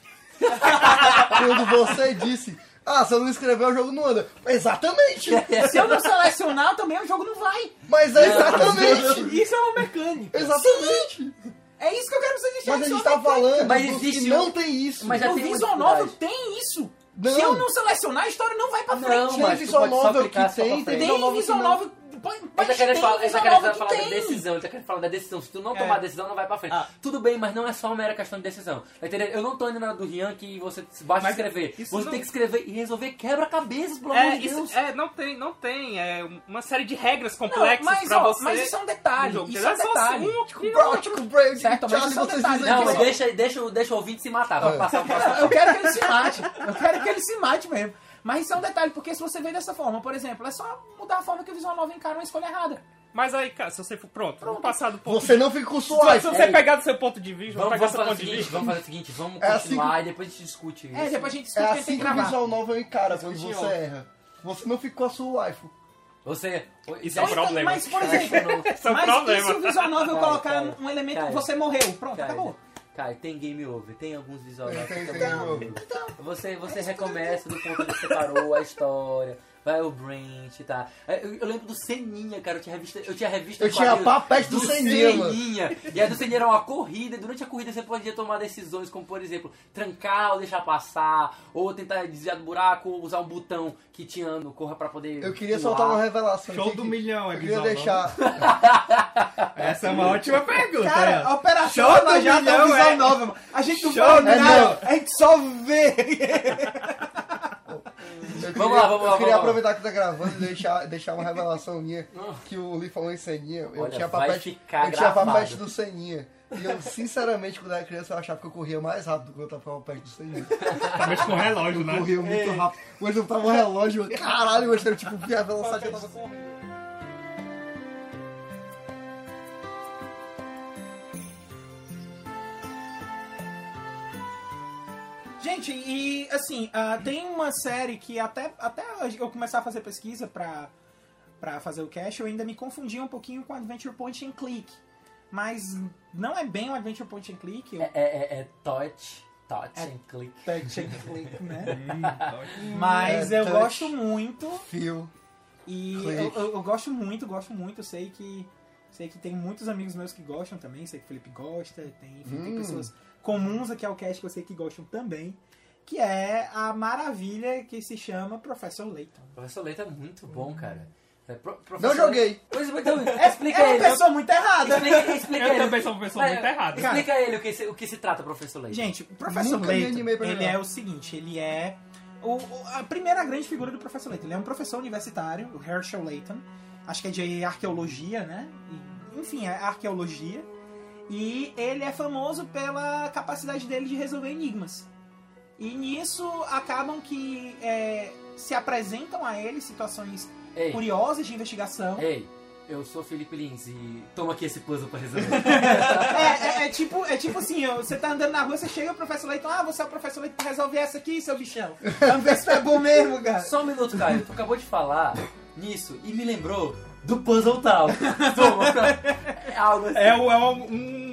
C: Quando você disse, ah, se eu não escrever o jogo não anda. Exatamente!
E: então. Se eu não selecionar, também o jogo não vai.
C: Mas é exatamente!
E: Isso é uma mecânica.
C: Exatamente!
E: É isso que eu quero que vocês deixarem.
C: Mas a
E: isso é
C: gente
E: uma
C: tá
E: mecânica.
C: falando
D: Mas
C: dos
D: existe
C: que
D: um-
C: não tem isso.
D: Mas já
E: o
D: tem uma
E: Visual
D: dificuldade.
E: Novel tem isso.
C: Não.
E: Se eu não selecionar, a história não vai pra frente.
D: Não,
C: Tem
D: mas tu
C: visual
D: pode só
C: novel
D: aplicar
C: que
D: só pra
C: tem, tem
D: frente.
E: tem
C: visual novel
E: Visual
C: que não.
E: Novel...
D: Mas tá
E: Mas tem
D: querendo falar, ele tá
E: Visual
D: querendo
E: Novel que
D: falar da
E: tem.
D: decisão, ele tá querendo falar da decisão. Se tu não tomar a decisão, não vai pra frente. Tudo bem, mas não é só uma mera questão de decisão. Tá entendendo? Eu não tô indo na do Rian que você basta
F: Mas
D: escrever.
F: isso
D: Você
F: não-
D: tem que escrever e resolver quebra-cabeças, pelo amor
F: É,
D: de Deus.
F: isso, é, não tem, não tem. É uma série de regras
E: Não,
F: complexas
E: mas,
F: pra
E: ó,
F: você.
E: mas isso é um detalhe.
F: no jogo.
E: Isso é um
F: Só
E: detalhe.
F: um, tipo,
C: Prático, Brave,
E: Certo, mas
C: Charlie,
E: isso é um
C: vocês
E: detalhe.
C: dizem
D: Não,
C: que
D: mas deixa, deixa, o- deixa o ouvinte se matar. Vamos
C: É.
D: passar o próximo.
E: Eu quero que ele se mate. Eu quero que ele se mate mesmo. Mas isso é um detalhe, porque se você vê dessa forma, por exemplo, é só mudar a forma que o Visual Novel encara uma escolha errada.
F: Mas aí, cara, se você for pronto, vamos passar do ponto.
C: Você não fica com
F: Se você- é
C: suave.
F: se você pegar do seu ponto de vista,
D: Vamos, vamos
F: vamos, pegar do seu
D: fazer o
F: ponto de
D: seguinte,
F: vista.
D: vamos fazer o seguinte, vamos
C: É assim
D: continuar e depois a gente discute isso.
E: É, depois a gente
C: É
E: escuta e tem
C: assim
E: que
C: que o
E: gravar.
C: visual novel encara quando
G: Discutir
C: você
G: off.
C: erra. Você não fica com a sua wife.
D: Você.
I: Isso é um
E: Mas,
I: problema.
E: então, Mas, por
D: né?
I: Isso
E: exemplo,
I: é um
E: mas e se o
I: problema.
E: visual novel
D: Cara,
E: colocar
D: cara,
E: um elemento
D: cara.
E: você morreu? Pronto,
D: Cara,
E: acabou.
D: Cara, tem game over, tem alguns visual novels
C: Tem-
D: que
C: tem
D: são
C: game
D: muito bons.
E: Então,
D: Você, você
E: é
D: recomeça do ponto onde você parou a história, vai o Brent, tá? Eu, eu lembro do Seninha, cara, eu tinha revista. Eu tinha revista
C: Eu
D: em
C: tinha
D: quadrinhos
C: papéis do Seninha, mano.
D: Seninha. E a do Seninha era uma corrida, e durante a corrida você podia tomar decisões, como por exemplo, trancar ou deixar passar, ou tentar desviar do buraco, ou usar um botão que tinha no corra pra poder.
C: Eu queria
D: pular.
C: soltar uma revelação.
F: Show
C: aqui
F: do
C: que-
F: milhão, é
C: assim. Eu queria
F: bizarro.
C: deixar.
F: Essa é uma ótima pergunta. é.
E: Cara, a operação
F: Show do
E: nós já tá
F: milhão,
E: visual
F: é.
E: novel, mano. A gente não
F: Show
E: fala
F: do
E: nada, a gente só vê.
C: Eu
D: Vamos
C: queria-
D: lá, vamos lá,
C: Eu queria
D: vamos lá. Ah.
C: aproveitar que tá gravando e deixar, deixar uma revelação minha que o Lee falou em Seninha. Eu
D: Olha,
C: tinha
D: vai
C: papéis,
D: ficar
C: eu tinha
D: gravado.
C: papéis do Seninha. E eu, sinceramente, quando era criança, eu achava que eu corria mais rápido quando eu tava com o papéis do Seninha.
I: Tá mexendo com o relógio, né?
D: é.
C: Corria muito rápido. Mas eu tava um relógio, eu, caralho, mas eu tipo, vi a velocidade que eu tava
E: Gente, e assim, ah, tem uma série que até, até eu começar a fazer pesquisa pra, pra fazer o cast, eu ainda me confundia um pouquinho com Adventure Point and Click. Mas não é bem o Adventure Point and Click, eu
D: É, é, é, é touch, touch
E: É.
D: and click.
E: Touch and Click, né?
F: Hum,
E: Mas
C: É,
E: eu
C: touch.
E: gosto muito
C: Fio.
E: e eu,
C: Click.
E: eu- eu gosto muito, gosto muito, eu sei que sei que tem muitos amigos meus que gostam também, sei que o Felipe gosta, tem, enfim, tem
C: Hum.
E: pessoas comuns aqui ao cast que eu sei que gostam também, que é a maravilha que se chama Professor Layton.
D: Professor Leito é muito
E: Uhum.
D: bom, cara. É, pro-
C: Não
D: professor-
C: joguei.
D: Pois, então,
E: É,
D: explica
E: é uma
D: ele.
E: pessoa muito errada.
D: Explica, explica
I: Eu
D: ele.
I: também sou uma pessoa
D: Mas,
I: muito errada.
E: Cara.
D: Explica ele o que se, o que se trata, professor Leite.
E: Gente, o Professor
C: Nunca me
E: Layton,
C: animei pra
E: ele
C: jogar.
E: é o seguinte, ele é o, o- a primeira grande figura do Professor Layton. Ele é um professor universitário, o Herschel Layton, acho que é de arqueologia, né? E, enfim, é arqueologia. E ele é famoso pela capacidade dele de resolver enigmas. E nisso acabam que é, se apresentam a ele situações
D: ei,
E: curiosas de investigação.
D: ei, eu sou Felipe Lins e toma aqui esse puzzle pra resolver.
E: É, é- é tipo, é tipo assim, ó, você tá andando na rua, você chega o professor Leito, ah, você é o professor Leito pra resolver essa aqui, seu bichão. Vamos ver se tu é bom mesmo, cara.
D: Só um minuto, Caio, tu acabou de falar nisso e me lembrou do puzzle tal. Toma, pra... é algo assim.
F: É, o- é um, um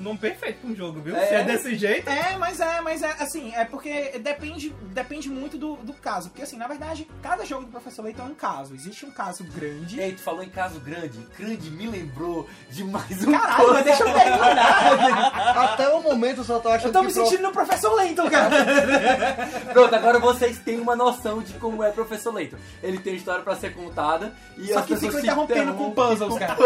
F: nome perfeito pra um jogo, viu?
D: É.
F: Se é desse jeito.
E: É, mas é, mas é assim, é porque depende, depende muito do, do caso. Porque assim, na verdade, cada jogo do professor Leito é um caso. Existe um caso
D: E
E: grande.
D: aí, tu falou em caso grande. Grande me lembrou de mais um
E: Caralho, mas deixa eu terminar.
C: Até o momento eu só tô
E: Eu
C: achando
E: tô
C: que
E: me
C: pro-
E: sentindo no professor Leito, cara.
D: Pronto, agora vocês têm uma noção de como é Professor Leito. Ele tem história pra ser contada e
E: Só
D: as
E: que
D: pessoas
E: ficam
D: se
E: interrompendo com puzzles, cara.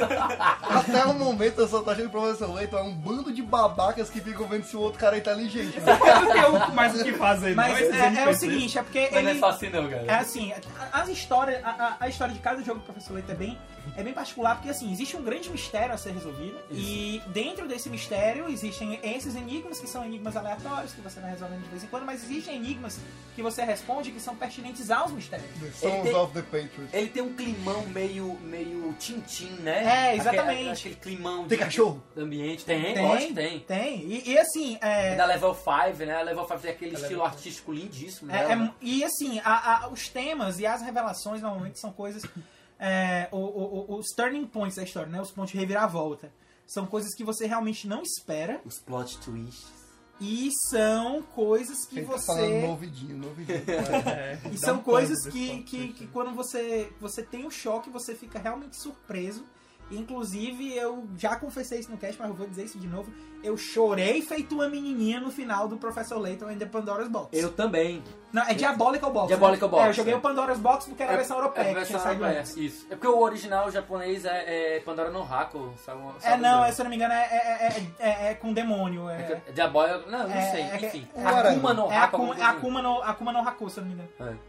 C: Até o momento eu só tô achando que o professor Leiton é um bando de babacas que ficam vendo se o outro cara é inteligente. né?
F: Mas não tem o- mais o que fazer, não.
E: Mas
F: Esses
E: é, é o
F: NPCs.
E: seguinte, é porque
D: Mas não é
E: ele,
D: só assim não, cara.
E: É assim, a- as histórias, a, a- a história de cada jogo do Professor Leite é bem, é bem particular, porque assim, existe um grande mistério a ser resolvido, e dentro desse mistério existem esses enigmas, que são enigmas aleatórios, que você vai resolvendo de vez em quando, mas existem enigmas que você responde que são pertinentes aos mistérios.
C: The
D: Ele
C: Sons
D: tem-
C: of the Patriots.
D: Ele tem um climão meio, meio tintim, né?
E: É, exatamente.
D: Aquele, aquele climão
C: Tem
D: de-
C: cachorro?
D: do ambiente. Tem,
E: Tem.
D: lógico que tem.
E: Tem, e, e assim, é,
D: É da Level 5, né? A Level 5 tem aquele estilo artístico lindíssimo,
E: É,
D: né?
E: é mu- e assim, a- a- os temas e as revelações normalmente são coisas. é, o- o- o- os turning points da história, né? Os pontos de reviravolta. São coisas que você realmente não espera
D: Os plot twists.
E: e são coisas que
C: Ele tá falando
E: você.
C: novidinho, novidinho.
F: É,
E: E
F: dá
E: são
F: um
E: coisas
F: pano
E: que,
F: desse
E: que,
F: ponto. né?
E: que quando você, você tem o choque, você fica realmente surpreso. Inclusive, eu já confessei isso no cast, mas eu vou dizer isso de novo. Eu chorei feito uma menininha no final do Professor Layton and the Pandora's Box.
D: Eu também.
E: Não, é Diabolical Box.
D: Diabolical
E: né?
D: Box,
E: É, eu joguei
D: é.
E: o Pandora's Box porque era a versão europeia.
D: É,
E: que
D: versão
E: tinha saído
D: europeia,
E: antes.
D: Isso. É porque o original japonês é, é Pandora no Hako. Sabe,
E: É,
D: sabe
E: não,
D: o-
E: é, se eu não me engano, é, é, é, é, é com demônio.
D: É
E: É,
D: que- Diabolical... Não, não
E: É,
D: sei.
E: é que-
D: Enfim.
C: é
D: Akuma no Hako. alguma
E: é Akuma, é
D: coisa assim.
E: Akuma, no, Akuma no Haku, se eu não me engano.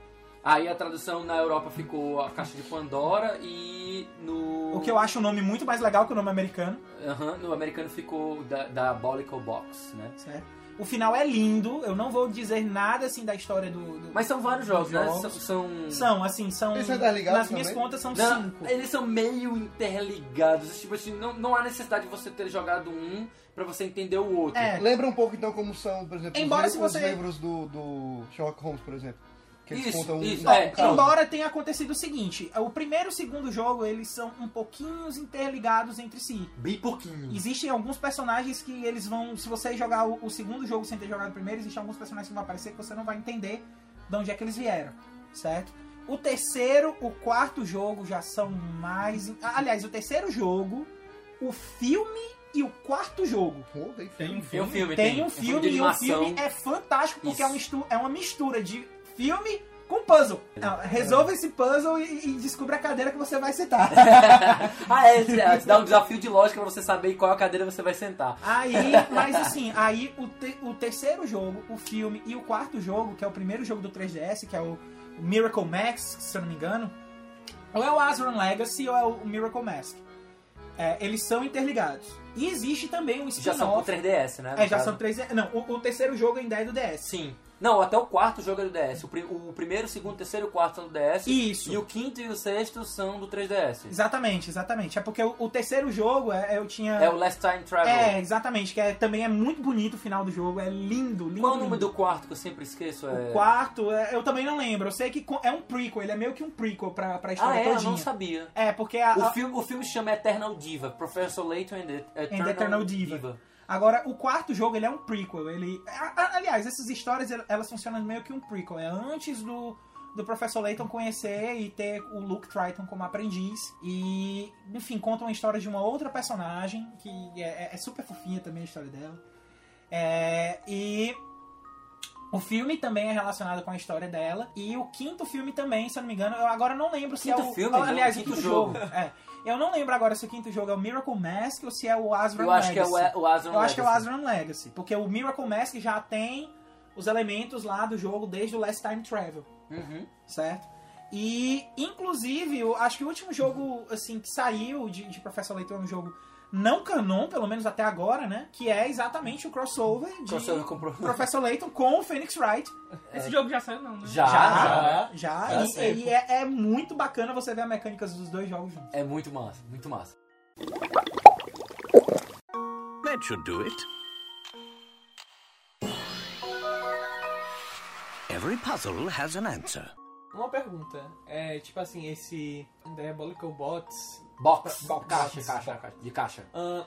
D: Aí a tradução na Europa ficou a caixa de Pandora e no.
E: O que eu acho um nome muito mais legal que o nome americano.
D: Aham, no americano ficou da, da Bolical Box, né?
E: Certo? O final é lindo, eu não vou dizer nada assim da história do. do-
D: Mas são vários jogos, né?
E: Jogos.
D: São. são...
E: São, assim, são.
C: Esse é da Ligado
E: nas minhas
C: também?
E: contas são
D: Não,
E: cinco.
D: eles são meio interligados. Tipo assim, não, não há necessidade de você ter jogado um pra você entender o outro.
E: É.
C: Lembra um pouco então como são, por exemplo,
E: Embora
C: os,
E: se
C: livros-
E: você-
C: os livros do, do Sherlock Holmes, por exemplo. Que eles
D: Isso,
C: contam um,
D: isso,
C: um
D: é.
C: caso.
E: Embora tenha acontecido o seguinte, o primeiro e o segundo jogo, eles são um pouquinho interligados entre si.
J: Bem pouquinho.
E: Existem alguns personagens que eles vão... Se você jogar o, o segundo jogo sem ter jogado o primeiro, existem alguns personagens que vão aparecer que você não vai entender de onde é que eles vieram, certo? O terceiro, o quarto jogo já são mais... ah, Aliás, o terceiro jogo, o filme e o quarto jogo.
C: Pô, tem
F: Tem
C: filme.
D: Tem um
F: um filme.
D: filme,
E: Tem
D: tem
E: um
D: É
E: filme
D: de
E: e o
D: animação.
E: filme é fantástico porque é uma,
D: Isso.
E: mistu- é uma mistura de filme com puzzle. Não,
D: é.
E: resolva esse puzzle e, e descubra a cadeira que você vai sentar.
D: ah, é, é, dá um desafio de lógica pra você saber em qual é cadeira você vai sentar.
E: aí, mas assim, aí o, te- o terceiro jogo, o filme e o quarto jogo, que é o primeiro jogo do 3DS, que é o Miracle Max, se eu não me engano, ou é o Azron Legacy ou é o Miracle Mask. É, eles são interligados. E existe também um
D: Já são pro
E: spin-off.
D: 3DS, né? no
E: É, já
D: caso.
E: são três. Não, o, o terceiro jogo ainda é do DS.
D: Sim. Não, até o quarto jogo é do DS. O, pri- o primeiro, o segundo, o terceiro e o quarto são do DS.
E: Isso.
D: E o quinto e o sexto são do 3DS.
E: Exatamente, exatamente. É porque o, o terceiro jogo é, eu tinha.
D: É o Last Time Travel.
E: É, exatamente, que é, também é muito bonito o final do jogo, é lindo, lindo.
D: Qual o nome
E: lindo.
D: do quarto que eu sempre esqueço? É...
E: O quarto, é, eu também não lembro. Eu sei que co- é um prequel, ele é meio que um prequel pra, pra
D: Ah,
E: história
D: é? Eu
E: todinha.
D: não sabia. Ah,
E: É, porque a-
D: O
E: a-
D: filme, o filme se chama Eternal Diva. Professor Layton and the Eternal,
E: the Eternal Diva. agora o quarto jogo ele é um prequel. Ele, a- a- aliás, essas histórias el- elas funcionam meio que um prequel. É antes do, do Professor Layton conhecer e ter o Luke Triton como aprendiz. E, enfim, contam a história de uma outra personagem que é, é- é super fofinha também a história dela. É, e o filme também é relacionado com a história dela. E o quinto filme também, se eu não me engano, eu agora não lembro se
D: Quinto
E: é o.
D: filme?
E: aliás,
D: Não,
E: o quinto
D: quinto
E: jogo. É. Eu não lembro agora se o quinto jogo é o Miracle Mask ou se é o Azra
D: Eu acho que é o,
E: Legacy.
D: o Aslan
E: Eu acho que é o Azran Legacy, porque o Miracle Mask já tem os elementos lá do jogo desde o Last Time Travel,
D: Uhum.
E: certo? E, inclusive, eu acho que o último jogo, assim, que saiu de, de Professor Layton é um jogo não canon, pelo menos até agora, né? Que é exatamente o crossover de
D: Crossover com pro-
E: Professor Layton com o Phoenix Wright.
F: Esse jogo já saiu, não, né?
D: Já, Ah, já.
E: Já,
D: Já
E: e-
D: sei.
E: e, é, é muito bacana você ver as mecânicas dos dois jogos juntos.
D: É muito massa, muito massa.
H: That should do it. Every puzzle has an answer.
G: Uma pergunta. É, tipo assim, esse Diabolical Bots.
D: Box.
G: Box.
D: Caixa, caixa, caixa. De caixa.
G: ahn, Ah,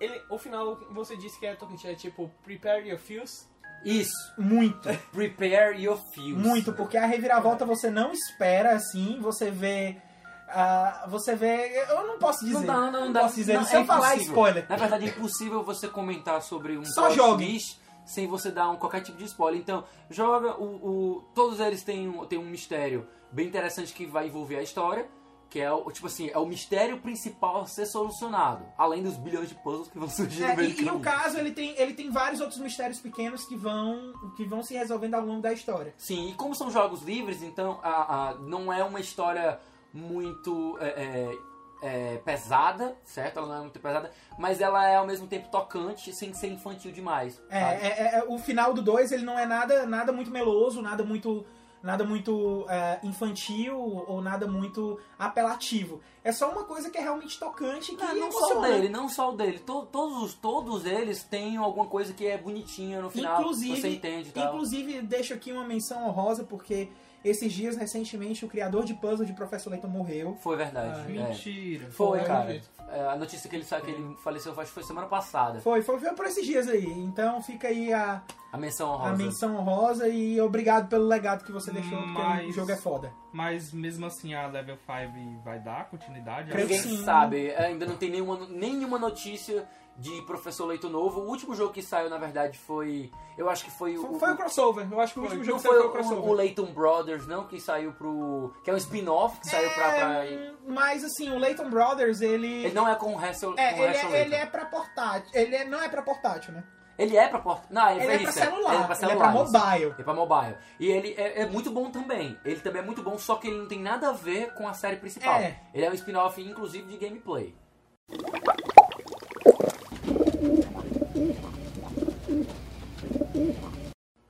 G: ele, o final você disse que é Tolkien, é tipo Prepare Your Fuse.
D: Isso.
E: Muito.
D: Prepare your fields.
E: Muito, porque a reviravolta você não espera assim, você vê. ah, você vê. Eu não posso dizer.
D: Não dá, não, não
E: eu
D: dá.
E: posso dizer.
D: Não,
E: se eu falar é
D: impossível.
E: spoiler.
D: Na verdade, é impossível você comentar sobre um
E: Só
D: plot
E: jogue.
D: twist sem você dar um, qualquer tipo de spoiler. Então, joga o. o- todos eles têm um, têm um mistério bem interessante que vai envolver a história. Que é o tipo assim, é o mistério principal a ser solucionado. Além dos bilhões de puzzles que vão surgir no
E: É,
D: meio do
E: e, e o
D: caminho.
E: caso ele tem, ele tem vários outros mistérios pequenos que vão, que vão se resolvendo ao longo da história.
D: Sim, e como são jogos livres, então a, a- não é uma história muito é, é, é, pesada, certo? Ela não é muito pesada, mas ela é ao mesmo tempo tocante, sem ser infantil demais.
E: É,
D: sabe?
E: é- é- o final do 2 ele não é nada, nada muito meloso, nada muito. Nada muito é, infantil ou nada muito apelativo. É só uma coisa que é realmente tocante e que
D: Não, não só o
E: emociona.
D: dele, não só o dele. To- todos, os- todos eles têm alguma coisa que é bonitinha no final.
E: Inclusive-
D: você entende e tal.
E: Inclusive, deixo aqui uma menção honrosa, porque esses dias, recentemente, o criador de puzzle de Professor Layton morreu.
D: Foi verdade.
E: Ah,
D: é.
F: Mentira.
D: Foi,
E: Foi,
D: cara. É, a notícia que ele, sa- que ele faleceu acho que foi semana passada.
E: Foi, foi, foi por esses dias aí. Então fica aí a,
D: A menção
E: a
D: honrosa.
E: menção honrosa e obrigado pelo legado que você deixou, porque
F: Mas-
E: o jogo é foda.
F: Mas mesmo assim a Level 5 vai dar continuidade? É,
E: Creio que
D: Ninguém
F: Acho
E: sim.
D: sabe, É, ainda não tem nenhuma, nenhuma notícia de Professor Leito Novo. O último jogo que saiu, na verdade, foi. Eu acho que foi
E: Foi,
D: o.
E: foi o crossover. Eu acho que o último jogo
D: não
E: que
D: foi
E: saiu foi o
D: o,
E: crossover.
D: o Leighton Brothers, não, que saiu pro. que é um spin-off que saiu pra. pra-
E: Hum, Mas assim, o Layton Brothers, ele.
D: Ele não é com o Hassel.
E: É,
D: com o
E: ele
D: Hassel
E: é, ele
D: Layton.
E: é pra portátil. Ele é- não é pra portátil, né?
D: Ele é pra porta. Não,
E: Ele
D: foi
E: é pra
D: isso,
E: celular.
D: Ele é pra celular. isso.
E: mobile.
D: Ele é pra mobile. E ele é, é muito bom também. Ele também é muito bom, só que ele não tem nada a ver com a série principal.
E: É.
D: Ele é um spin-off, inclusive, de gameplay.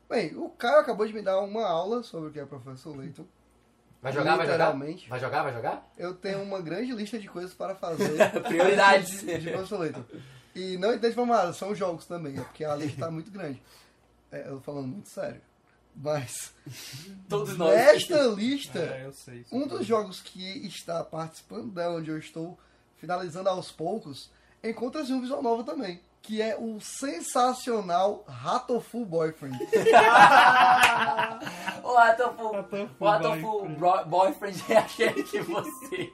C: Bem, o Caio acabou de me dar uma aula sobre o que é Professor Layton.
D: Vai jogar, vai jogar?
C: Literalmente.
D: Vai jogar, vai jogar?
C: Eu tenho uma grande lista de coisas para fazer.
D: Prioridades.
C: De, de Professor Layton. E É, não entende como nada, são jogos também, é porque a lista tá muito grande. É, eu tô falando muito sério. Mas,
D: Todos nós.
C: nesta lista,
F: É, eu sei. isso.
C: um dos jogos que está participando, da onde eu estou finalizando aos poucos, encontra-se um visual novo também. Que é o sensacional Ratoful Boyfriend.
D: O Atofu,
F: Atofu
D: o Atofu bro- boyfriend é aquele que você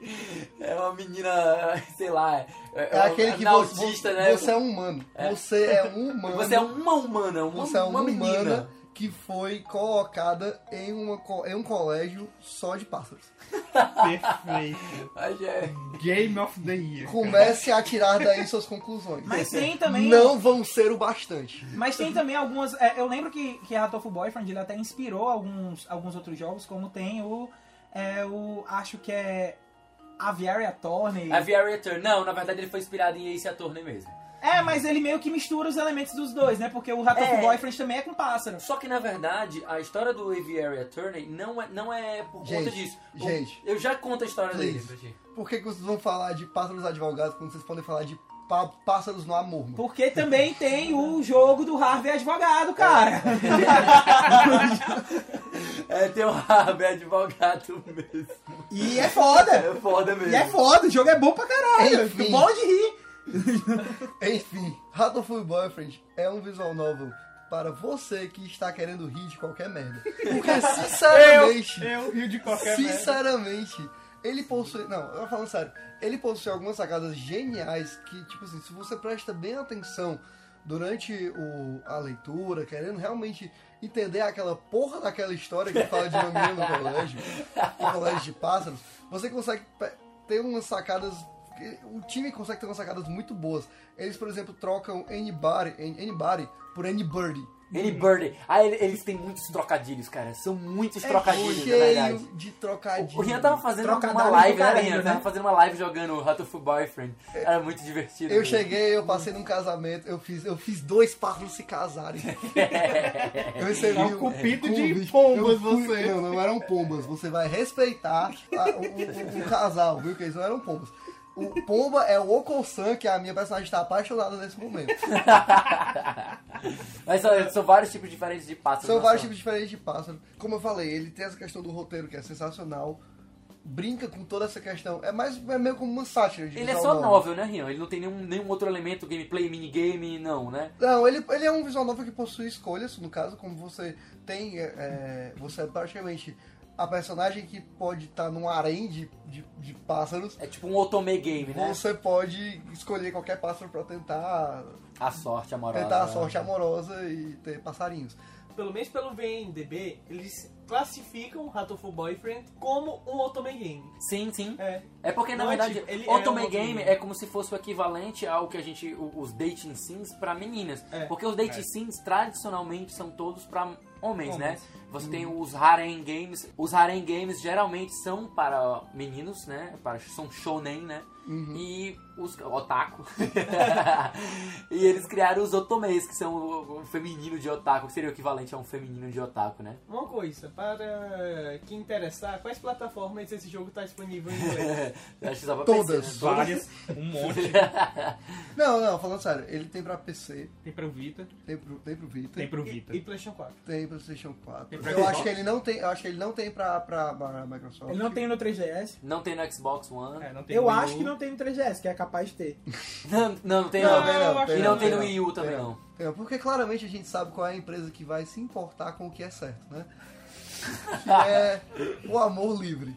D: é uma menina, sei lá, é,
C: É aquele que você,
D: autista, né?
C: você é um humano. Você é um humano.
D: Você é uma humana, uma,
C: Você é uma,
D: uma menina.
C: humana que foi colocada em, uma co- em um colégio só de pássaros.
F: Perfeito.
D: Mas é-
F: Game of the Year.
C: Comece a tirar daí suas conclusões.
E: Mas tem também.
C: Não vão ser o bastante.
E: Mas tem também algumas. é, eu lembro que, que Ratofu Boyfriend ele até inspirou alguns, alguns outros jogos, como tem o. é, o acho que é. Aviary Attorney.
D: A Via Return, não, na verdade ele foi inspirado em Ace Attorney mesmo.
E: É, mas ele meio que mistura os elementos dos dois, né? Porque o Ratofu
D: É.
E: Boyfriend também é com pássaro.
D: Só que na verdade a história do Aviary Attorney não é, não é por conta
C: Gente,
D: disso. O-
C: gente.
D: eu já conto a história dele
C: Please.
D: pra ti.
C: Por que, que vocês vão falar de pássaros advogados quando vocês podem falar de pá- pássaros no amor? mano?
E: Porque também tem o jogo do Harvey Advogado, cara.
D: É tem um Harvey advogado mesmo.
E: E é foda.
D: É foda mesmo.
E: E é foda, o jogo é bom pra caralho.
C: Enfim.
E: Bola de rir.
C: Enfim, Ratoful Boyfriend é um visual novel para você que está querendo rir de qualquer merda. Porque, sinceramente...
F: Eu rio de qualquer merda.
C: Sinceramente, ele possui. Não, eu tô falando sério. Ele possui algumas sacadas geniais que, tipo assim, se você presta bem atenção durante o, a leitura, querendo realmente entender aquela porra daquela história que fala de uma menina no colégio, no colégio de pássaros, você consegue pe- ter umas sacadas. que- O time consegue ter umas sacadas muito boas. Eles, por exemplo, trocam anybody, anybody por anybody.
D: Ele Bird. Ah, ele- eles têm muitos trocadilhos, cara. São muitos trocadilhos, na verdade.
C: É cheio de
D: O-
C: trocadilhos.
D: O Rian tava fazendo
E: Trocadilho
D: uma live,
E: do
D: né,
E: caralho,
D: Rian?
E: né?
D: Tava fazendo uma live jogando Ratoful Boyfriend. Era muito divertido.
C: Eu
D: né?
C: cheguei, eu passei num casamento, eu fiz, eu fiz dois pássaros se casarem. Eu recebi
F: É um cupido de
C: convite.
F: pombas,
C: Eu fui-
F: você.
C: Não, não eram pombas. Você vai respeitar a- o, o- o casal, viu? Que eles não eram pombas. O pomba é o Okosan, que a minha personagem está apaixonada nesse momento.
D: Mas são, são vários tipos diferentes de pássaros.
C: São
D: não
C: vários tipos diferentes de pássaro. Como eu falei, ele tem essa questão do roteiro que é sensacional. Brinca com toda essa questão. É mais é meio como uma sátira de
D: Ele é
C: visual
D: só
C: novel.
D: novel, né, Rian? Ele não tem nenhum, nenhum outro elemento, gameplay, minigame, não, né?
C: Não, ele, ele é um visual novel que possui escolhas, no caso, como você tem. é, você é praticamente a personagem que pode estar num harém de, de, de pássaros.
D: É tipo um otome game, né?
C: Você pode escolher qualquer pássaro pra tentar
D: A sorte amorosa.
C: tentar a É, sorte amorosa e ter passarinhos.
G: Pelo menos pelo VMDB, eles classificam Ratoful Boyfriend como um otome game.
D: Sim, sim.
G: É.
D: É porque, na
G: Não, é
D: verdade,
G: tipo, ele é
D: Otome
G: um otome
D: Game
G: game.
D: é como se fosse o equivalente ao que a gente... o- Os dating sims pra meninas.
G: É.
D: Porque os dating sims, tradicionalmente, são todos pra homens,
G: Homens. Uhum.
D: né? Você tem os harem games. Os harem games, geralmente, são para meninos, né? Para, são shonen, né?
G: Uhum.
D: E os... otaku. e eles criaram os otomeis, que são o, o feminino de otaku. Que seria o equivalente a um feminino de otaku, né?
G: Uma coisa, para quem interessar, quais plataformas esse jogo está disponível em inglês?
D: Acho que só pra
C: Todas.
D: PC, né?
F: Várias, um monte.
C: Não, não, falando sério, ele tem pra PC,
F: Tem pra Vita.
C: tem pro, tem pro Vita,
F: Tem
C: tem,
F: pro
G: e,
F: Vita.
G: e PlayStation 4.
C: pro PlayStation 4.
F: Tem pra
C: eu
F: Xbox.
C: acho que ele não tem, eu acho que ele não tem pra, pra, pra Microsoft.
E: Ele não tem no 3DS.
D: Não tem no Xbox One.
F: É, não tem
E: Eu
F: Wii
E: acho
F: U.
E: que não tem no 3DS, que é capaz de ter.
D: Não, não, tem
G: Não,
D: não.
G: eu acho
D: E não tem no
C: não.
D: Wii U também,
C: Tem
D: não.
C: Tem não, É, Porque claramente a gente sabe qual é a empresa que vai se importar com o que é certo, né? Que é o amor livre.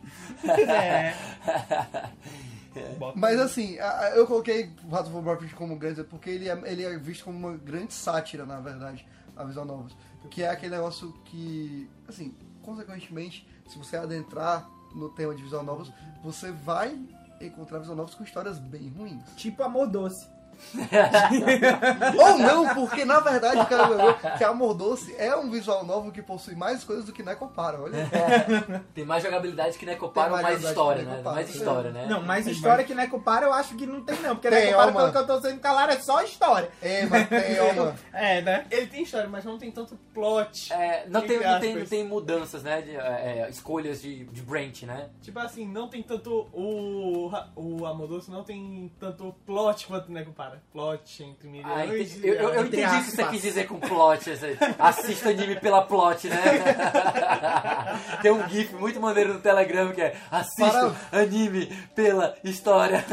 F: Bota
C: Mas assim, a- a- eu coloquei o Rato of Warcraft como grande porque ele é, ele é visto como uma grande sátira, na verdade, a Visual Novels. Que é aquele negócio que, assim, consequentemente, se você adentrar no tema de Visual Novels, você vai encontrar Visual Novels com histórias bem ruins.
E: Tipo Amor Doce.
C: Ou não, porque na verdade o cara lembrou que Amor Doce é um visual novel que possui mais coisas do que Necopara, olha.
D: Tem mais jogabilidade que Necoparo,
C: Tem mais
D: mais,
C: jogabilidade
D: história,
C: que
D: né?
C: Necoparo.
D: Mais história, né?
G: É,
E: Não, é mas história que Necopara eu acho que não tem não. é Porque
C: Tem,
E: Necopara,
C: ó,
E: pelo
C: mano.
E: que eu tô sendo calado, é só história.
C: É, mas tem, ó, mano.
F: É, né?
G: Ele tem história, mas não tem tanto plot.
D: É, não, tem,
G: Entre
D: não, tem,
G: aspas.
D: não tem mudanças, né? De, é, é, escolhas de, de branch, né?
G: Tipo assim, não tem tanto. O, o Amor Doce não tem tanto plot quanto o Nego
F: para. né, Plot entre milhões
D: Ah,
F: de
D: entendi. Eu, eu- eu
F: reais.
D: entendi o que você quis dizer com plot. essa- Assista anime pela plot, né? Tem um GIF muito maneiro no Telegram que é Assista anime pela história.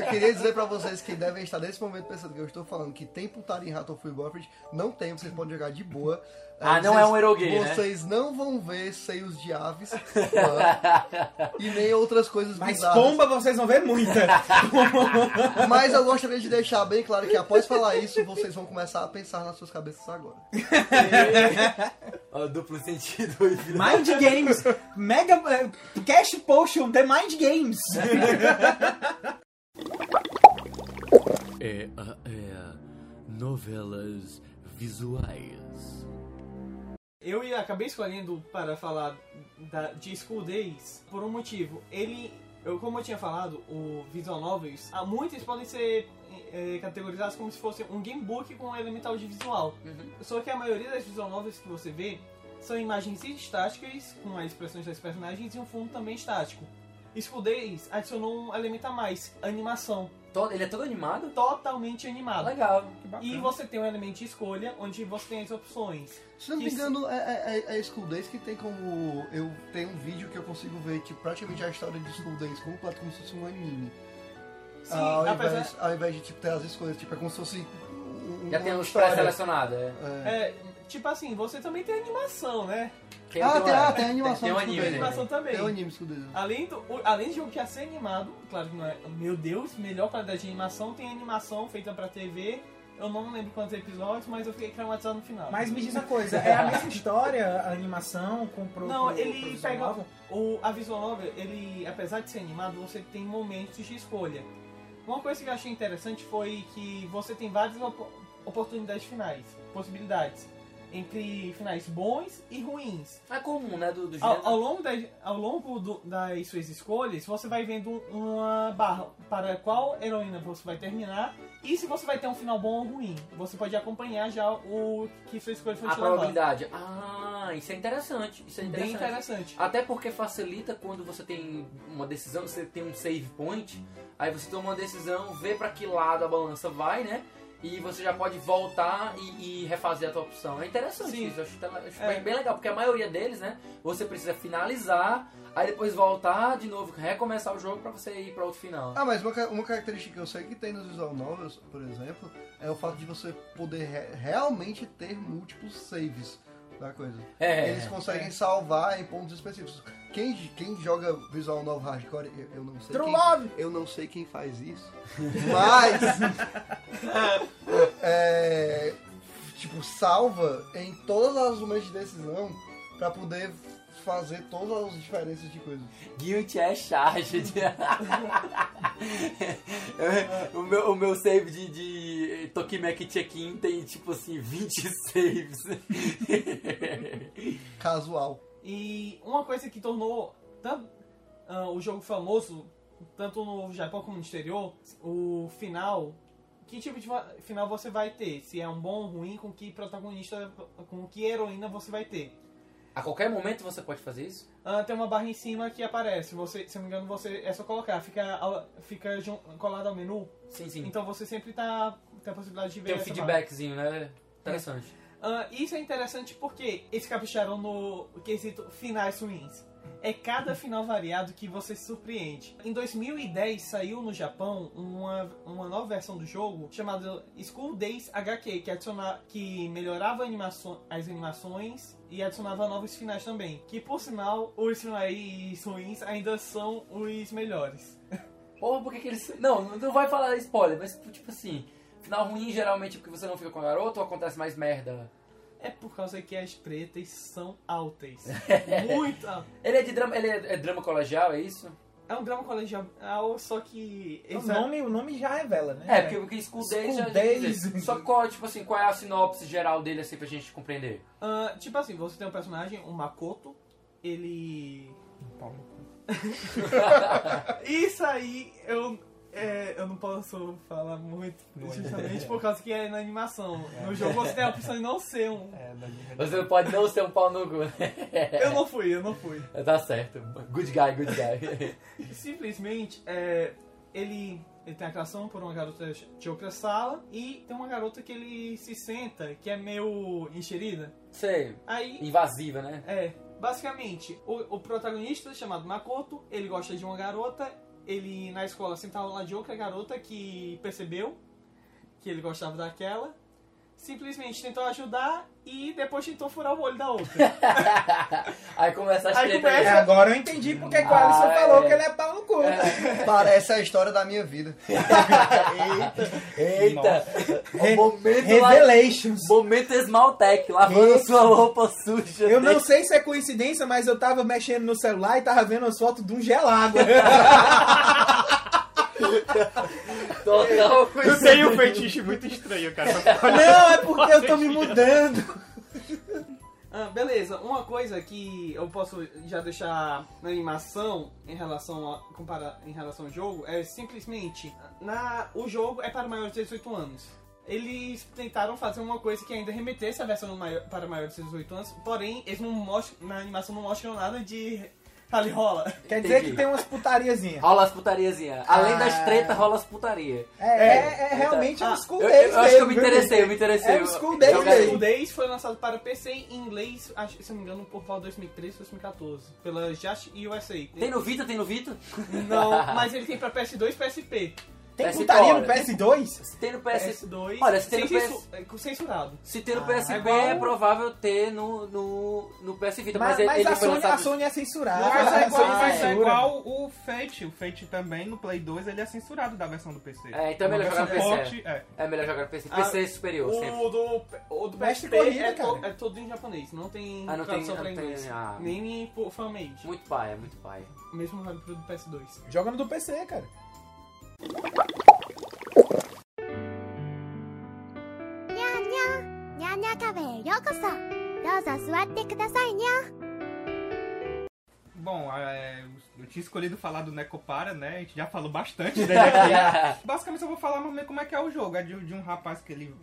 C: Eu queria dizer pra vocês que devem estar nesse momento pensando que eu estou falando que tem putaria em Rattleful Buffett. Não tem, vocês podem jogar de boa.
D: Ah,
C: É,
D: não
C: vocês-
D: é um erogay, né?
C: Vocês não vão ver seios de aves mano, e nem outras coisas
E: Mas
C: bizarras.
E: pomba vocês vão ver muita.
C: Mas eu gostaria de deixar bem claro que após falar isso, vocês vão começar a pensar nas suas cabeças agora.
D: Ó, duplo sentido. aí, filho.
E: Mind Games. Mega. eh, Cash Potion, The Mind Games.
H: É, é. Novelas visuais.
G: Eu ia- acabei escolhendo para falar da- de School Days por um motivo. Ele, eu, como eu tinha falado, o Visual Novels, há muitos podem ser eh, categorizados como se fosse um gamebook com um elemento audiovisual. Só que a maioria das Visual Novels que você vê são imagens estáticas, com as expressões das personagens e um fundo também estático. School Days adicionou um elemento a mais, animação,
D: To- Ele é todo animado?
G: totalmente
F: Ah,
G: animada.
D: Legal.
G: E você tem um elemento de escolha, onde você tem as opções.
C: Se não me
G: Isso.
C: engano, é, é, é- é School Days que tem como. Eu tenho um vídeo que eu consigo ver que praticamente é a história de School Days completa como se fosse um anime.
G: Sim,
E: Ah,
C: ao,
G: apesar,
C: invés, ao invés de tipo, ter as escolhas, tipo, é como se fosse. um-
D: Já
C: uma
D: tem uns
C: história.
D: pré-selecionados. É.
C: É.
G: É, tipo assim, você também tem animação, né?
D: Tem-
C: Ah,
D: tem
C: tem,
D: uma-
C: ah, tem animação
D: Tem um
C: de
D: anime.
C: School Days.
G: Tem
D: né?
G: animação também.
C: Tem um anime School Days.
D: Ah.
G: Além do, o- além do jogo que ia ser animado, claro que não é. Meu Deus, melhor qualidade de animação, tem animação feita pra TV. Eu não lembro quantos episódios, mas eu fiquei traumatizado no final.
E: Mas me diz uma coisa, é a mesma história, a animação, comprou.
G: Não, ele pega- O, a visual novel, ele, apesar de ser animado, você tem momentos de escolha. Uma coisa que eu achei interessante foi que você tem várias op- oportunidades finais, possibilidades, entre finais bons e ruins.
D: É comum, né? Do, do
G: Ao,
D: gênero.
G: ao longo, das, ao longo do- das suas escolhas, você vai vendo uma barra para qual heroína você vai terminar e se você vai ter um final bom ou ruim. Você pode acompanhar já o que sua escolha foi
D: A
G: te levar.
D: probabilidade. Ah, isso é interessante. Isso é
G: Bem
D: interessante.
G: interessante.
D: Até porque facilita quando você tem uma decisão, você tem um save point, aí você toma uma decisão, vê pra que lado a balança vai, né? E você já pode voltar e, e refazer a tua opção. É interessante
G: Sim.
D: isso, eu acho, tela- acho
G: É.
D: bem legal, porque a maioria deles, né? Você precisa finalizar, aí depois voltar de novo, recomeçar o jogo pra você ir pra outro final.
C: Ah, mas uma, ca- uma característica que eu sei que tem nos visual novels, por exemplo, é o fato de você poder re- realmente ter múltiplos saves da coisa.
D: é,
C: Eles conseguem salvar em pontos específicos. Quem, quem joga visual novel hardcore, eu, eu não sei
E: True
C: quem,
E: Love!
C: eu não sei quem faz isso, mas é, tipo salva em todas as momentos de decisão pra poder fazer todas as diferenças de coisas.
D: Guilty é charge. o, meu, o meu save de, de Tokimeki Check-in tem tipo assim 20 saves.
C: Casual.
G: E uma coisa que tornou tan- ah, o jogo famoso, tanto no Japão como no exterior, o final. Que tipo de va- final você vai ter? Se é um bom ou ruim, com que protagonista, com que heroína você vai ter?
D: A qualquer momento você pode fazer isso?
G: Ah, tem uma barra em cima que aparece. Você, se eu não me engano, você é só colocar, fica, ao- fica jun- colado ao menu.
D: Sim, sim.
G: Então você sempre tá tem a possibilidade de ver
D: tem um
G: essa
D: feedbackzinho, né? Interessante.
G: barra. Ah, isso é interessante porque eles capricharam no quesito finais ruins. É cada final variado que você se surpreende. Em 2010 saiu no Japão uma, uma nova versão do jogo chamada School Days HQ, que, adiciona, que melhorava animaço- as animações e adicionava novos finais também. Que por sinal, os finais ruins ainda são os melhores.
D: Porra, por que, que eles. Não, não vai falar spoiler, mas tipo assim. Final ruim geralmente é porque você não fica com a garota ou acontece mais merda?
G: É por causa que as pretas são altas. Muito altas.
D: Ele é de drama. Ele é, é drama colegial, é isso?
G: É um drama colegial, só que.
E: O Então, nome, o nome já revela, né?
D: É, porque, porque School Days já.
E: School Days.
D: Só qual, tipo assim, qual é a sinopse geral dele assim pra gente compreender?
G: Ah, tipo assim, você tem um personagem, o Makoto, ele. Isso aí eu. é, eu não posso falar muito,
E: é.
G: justamente por causa que é na animação. No jogo você tem a opção de não ser um.
E: É.
D: Você pode não ser um pau no cu, né?
G: Eu não fui, eu não fui.
D: Tá certo. Good guy, good guy.
G: Simplesmente, é, ele, Ele tem atração por uma garota de outra sala e tem uma garota que ele se senta, que é meio enxerida.
D: Sei,
G: Aí
D: invasiva, né?
G: É, basicamente, o, o protagonista, é chamado Makoto, ele gosta de uma garota, ele na escola sentava lá de outra garota que percebeu que ele gostava daquela, simplesmente tentou ajudar e depois tentou furar o olho da outra.
D: Aí começa as
G: Aí
D: tretas.
G: começa-
E: É, Agora eu entendi porque que o Alisson
D: Ah,
E: falou
D: é.
E: que ele é pau no cu.
C: Parece a história da minha vida.
D: Eita!
E: Re-
D: momento, lá,
E: Revelations.
D: momento Esmaltec, lavando
E: Isso.
D: sua roupa suja.
E: Eu não sei se é coincidência, mas eu tava mexendo no celular e tava vendo as fotos de um gelado.
D: Total
I: Eu tenho um feitiço muito estranho, cara.
E: Não, é porque eu tô me mudando.
G: Ah, beleza, uma coisa que eu posso já deixar na animação em relação, a, compara, em relação ao jogo é simplesmente na, o jogo é para maiores de 18 anos. Eles tentaram fazer uma coisa que ainda remetesse à versão maior, para maiores de 18 anos, porém eles não mostram, na animação não mostram nada de rally rola.
E: Quer dizer
D: Entendi.
E: que tem umas putariazinhas.
D: Rola as putariazinhas. Além
E: Ah.
D: das tretas, rola as putaria.
E: É, é, é realmente
D: Ah,
E: um school
D: eu,
E: days
D: eu acho que eu me
E: mesmo, viu?
D: interessei, eu me interessei.
E: É um
D: Eu-
E: school days
D: eu-
G: O
E: Joga aí.
G: Dead School Days foi lançado para PC em inglês, acho, se eu não me engano, por volta de 2013 ou 2014, pela Just USA.
D: Tem no Vita, tem no Vita?
G: Não, mas ele tem pra PS2 e PSP.
E: Tem
D: PS4.
E: putaria no PS2?
D: Se tem no PS...
G: PS2
D: É, Olha, se tem
G: sem
D: no PS...
G: censu- é, com censurado.
D: Se tem no
E: Ah,
D: PSP,
E: é
D: é,
E: igual-
D: provável ter no, no, no PS Vita. Mas,
E: Mas,
D: ele,
E: mas
D: ele foi
E: a, Sony, a
D: lançado...
E: Sony é censurada.
F: Mas
E: ela
F: é
E: é
F: igual,
E: só
F: mas é
E: censura.
F: igual o Fate. O Fate também no Play 2 ele é censurado da versão do PC.
D: É, então é
F: Na
D: melhor jogar no PC.
F: versão forte, é.
D: É melhor jogar no PC.
G: Ah,
D: PC é superior, sempre.
G: O do, o do
E: Mestre
G: PSP
E: Corrida,
G: é, to-
E: né, cara.
G: é todo em japonês, não tem
D: Ah, não tem-
G: tradução
D: não
G: pra
D: tem,
G: inglês.
D: ah.
G: Nem por fanmade.
D: Muito pai, é muito pai.
G: Mesmo vale pro do PS2.
E: Joga no do PC, cara.
F: Bom, é, eu tinha escolhido falar do Necopara, né? A gente já falou bastante dele aqui. Basicamente, eu vou falar mais ou menos como é que é o jogo. É de, de um rapaz que ele.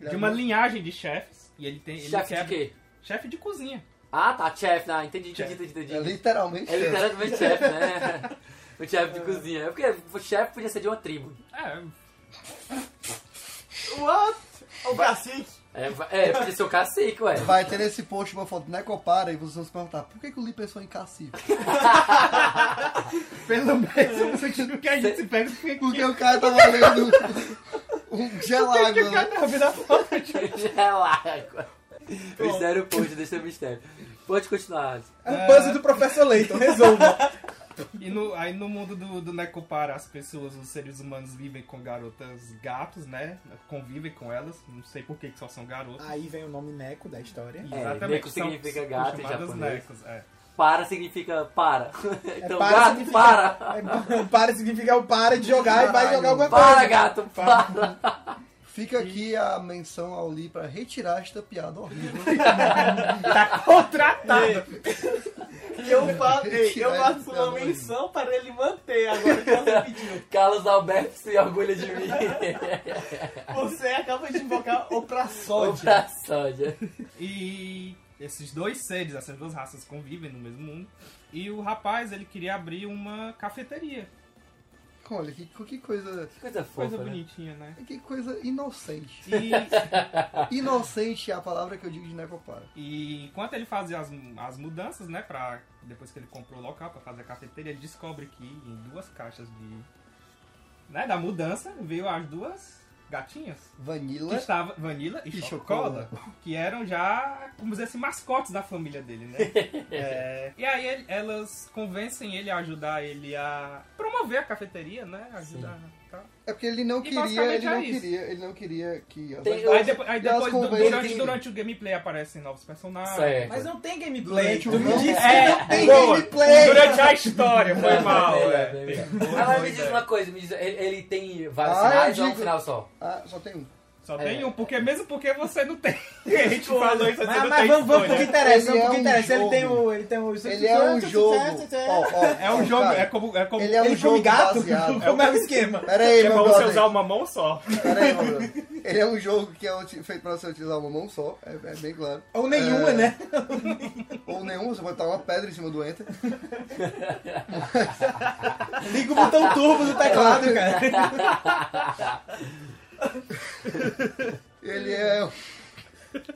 F: De uma linhagem de chefes. E ele tem. Ele
D: Chefe de
F: quebra-
D: quê?
F: Chefe de cozinha.
D: Ah, tá, chefe. Ah, entendi, entendi,
F: Chefe.
D: entendi, entendi.
C: É literalmente.
D: É literalmente chefe, né? O chefe de cozinha. É porque o chefe podia ser de uma tribo.
F: É,
G: What? O cacique.
D: É, va- é podia ser o cacique, ué.
C: Vai ter nesse post uma foto né, do Necopara e vocês vão se perguntar por que, que o Lee pensou em cacique?
F: pelo menos sentido que a gente se pega porque
C: Porque o cara tava lendo um gelado.
F: o cara
C: né?
F: tá vendo a foto.
D: Gelago. Mistério post, deixa o mistério. Pode continuar. Alisson.
E: É um puzzle do Professor Layton, resolva.
F: E no, aí no mundo do, do Necopara, as pessoas, os seres humanos vivem com garotas gatos, né? Convivem com elas. Não sei por que que só são garotas.
E: Aí vem o nome Neco da história.
D: neko
F: são-
D: É, significa
F: são
D: gato em
F: chamadas
D: japonês.
F: necos, é.
D: Para significa para. Então,
E: para
D: gato,
E: significa-
D: para.
E: É, para significa o para de jogar e vai
C: Caralho.
E: jogar alguma
D: Para,
E: coisa.
D: gato, para.
C: Fica aqui a menção ao Lee pra retirar esta piada horrível.
G: Tá Eu, fa ei, eu
C: Tira
G: faço
C: esse
G: uma
C: amor.
G: menção para ele manter agora que você pediu.
D: Carlos Alberto se orgulha de mim.
G: então Você acaba de invocar o
D: Ô,
G: praçódio.
D: pra sódia.
F: E esses dois seres, essas duas raças convivem no mesmo mundo. E o rapaz, ele queria abrir uma cafeteria.
C: Olha, que, que coisa.
D: Que Coisa fofa,
F: Coisa
D: né?
F: bonitinha, né?
C: Que coisa inocente.
F: E,
C: Inocente é a palavra que eu digo de Necopara.
F: e enquanto ele fazia as, as mudanças, né? Pra, depois que ele comprou o local pra fazer a cafeteria, ele descobre que em duas caixas de. Né, da mudança, veio as duas gatinhas. Que
C: Vanilla.
F: estava Vanilla e,
C: E
F: Chocola, que eram já, como dizer assim, mascotes da família dele, né? É, e aí ele- elas convencem ele a ajudar ele a promover a cafeteria, né? Ajudar. Tá.
C: É porque ele não
F: E
C: queria,
F: basicamente
C: ele não
F: é isso.
C: queria, ele não queria que.
D: Tem-
C: as-
D: Eu-
F: Aí, depo- aí
C: e elas
F: depois,
C: convencem-
F: durante, durante o gameplay, aparecem novos personagens.
D: Certo.
E: Mas não tem gameplay.
C: Durante
E: Tu
C: o
E: me
C: jogo.
E: disse que
F: É,
E: não tem
F: boa.
E: gameplay.
F: Durante a história, foi mal.
D: Bem,
F: é.
D: bem, bem. Agora me diz uma coisa, me diz, ele, ele tem vários
C: Ah, eu
D: sinais ou é um
C: digo-
D: sinal só?
C: Ah, só tem um.
F: Só tem um, porque mesmo porque você não tem. A gente falou isso, você
E: Mas,
F: não
E: mas
F: tem
E: vamos, vamos pro que
F: escolha.
E: interessa,
C: Ele é
E: vamos pro que
C: um
E: interessa. Ele tem
C: jogo.
E: o. Ele tem o.
C: Ele é um jogo. Ó, ó,
F: É um
C: ó,
F: jogo,
C: cara,
F: é como. É como
C: Ele é um
E: Ele come
C: jogo
E: gato?
C: baseado.
E: Como é o esquema?
C: Pera aí,
I: É
C: meu
I: bom você usar
C: brother.
I: uma mão só.
C: Pera aí, meu brother. Ele é um jogo que é uti- feito pra você utilizar uma mão só, é, é bem claro.
E: Ou nenhuma,
C: É.
E: né?
C: Ou nenhum, você botar uma pedra em cima do Enter.
E: Liga o botão turbo do teclado,
C: É.
E: cara.
C: Ele é.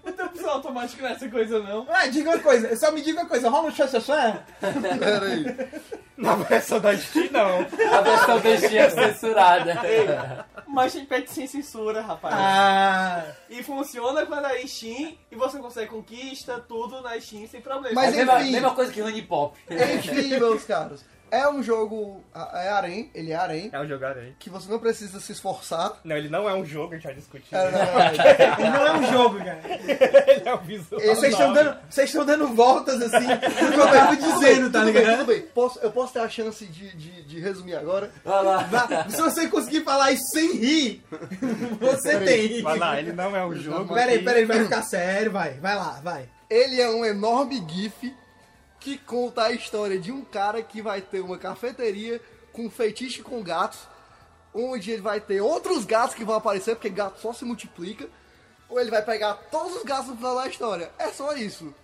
G: Não tem opção automática nessa coisa, não.
E: Ah, diga uma coisa, só me diga uma coisa, rola um chanchachã?
C: Pera aí.
F: Na versão da Steam, não.
D: A versão bestinha é censurada.
G: Mas tem patch sem censura, rapaz.
E: Ah,
G: E funciona quando a Steam e você consegue conquista tudo na Steam sem problema.
D: É a
C: Mas
D: mesma,
C: enfim.
D: mesma coisa que Honey Pop.
C: Enfim, meus caros. É um jogo. É harém, ele é harém,
F: É um jogar aí.
C: que você não precisa se esforçar.
F: Não, ele não é um jogo, a gente já discutiu.
C: É, não, é, é.
E: ele não é um jogo, cara.
F: Ele é um visual.
C: Esse
E: Vocês estão
C: nome.
E: dando, vocês estão dando voltas assim, do que eu tava dizendo, tá
C: Tudo bem,
E: ligado?
C: tudo bem. Posso- eu posso ter a chance de, de, de resumir agora.
D: Olha lá.
E: Vá, Se você conseguir falar isso sem rir, você tem.
F: Vai lá, ele não é um jogo.
E: Peraí,
F: e-
E: peraí, vai ficar sério, vai. Vai lá, vai.
C: Ele é um enorme gif que conta a história de um cara que vai ter uma cafeteria com fetiche com gatos, onde ele vai ter outros gatos que vão aparecer, porque gato só se multiplica, ou ele vai pegar todos os gatos no final da história. É só isso.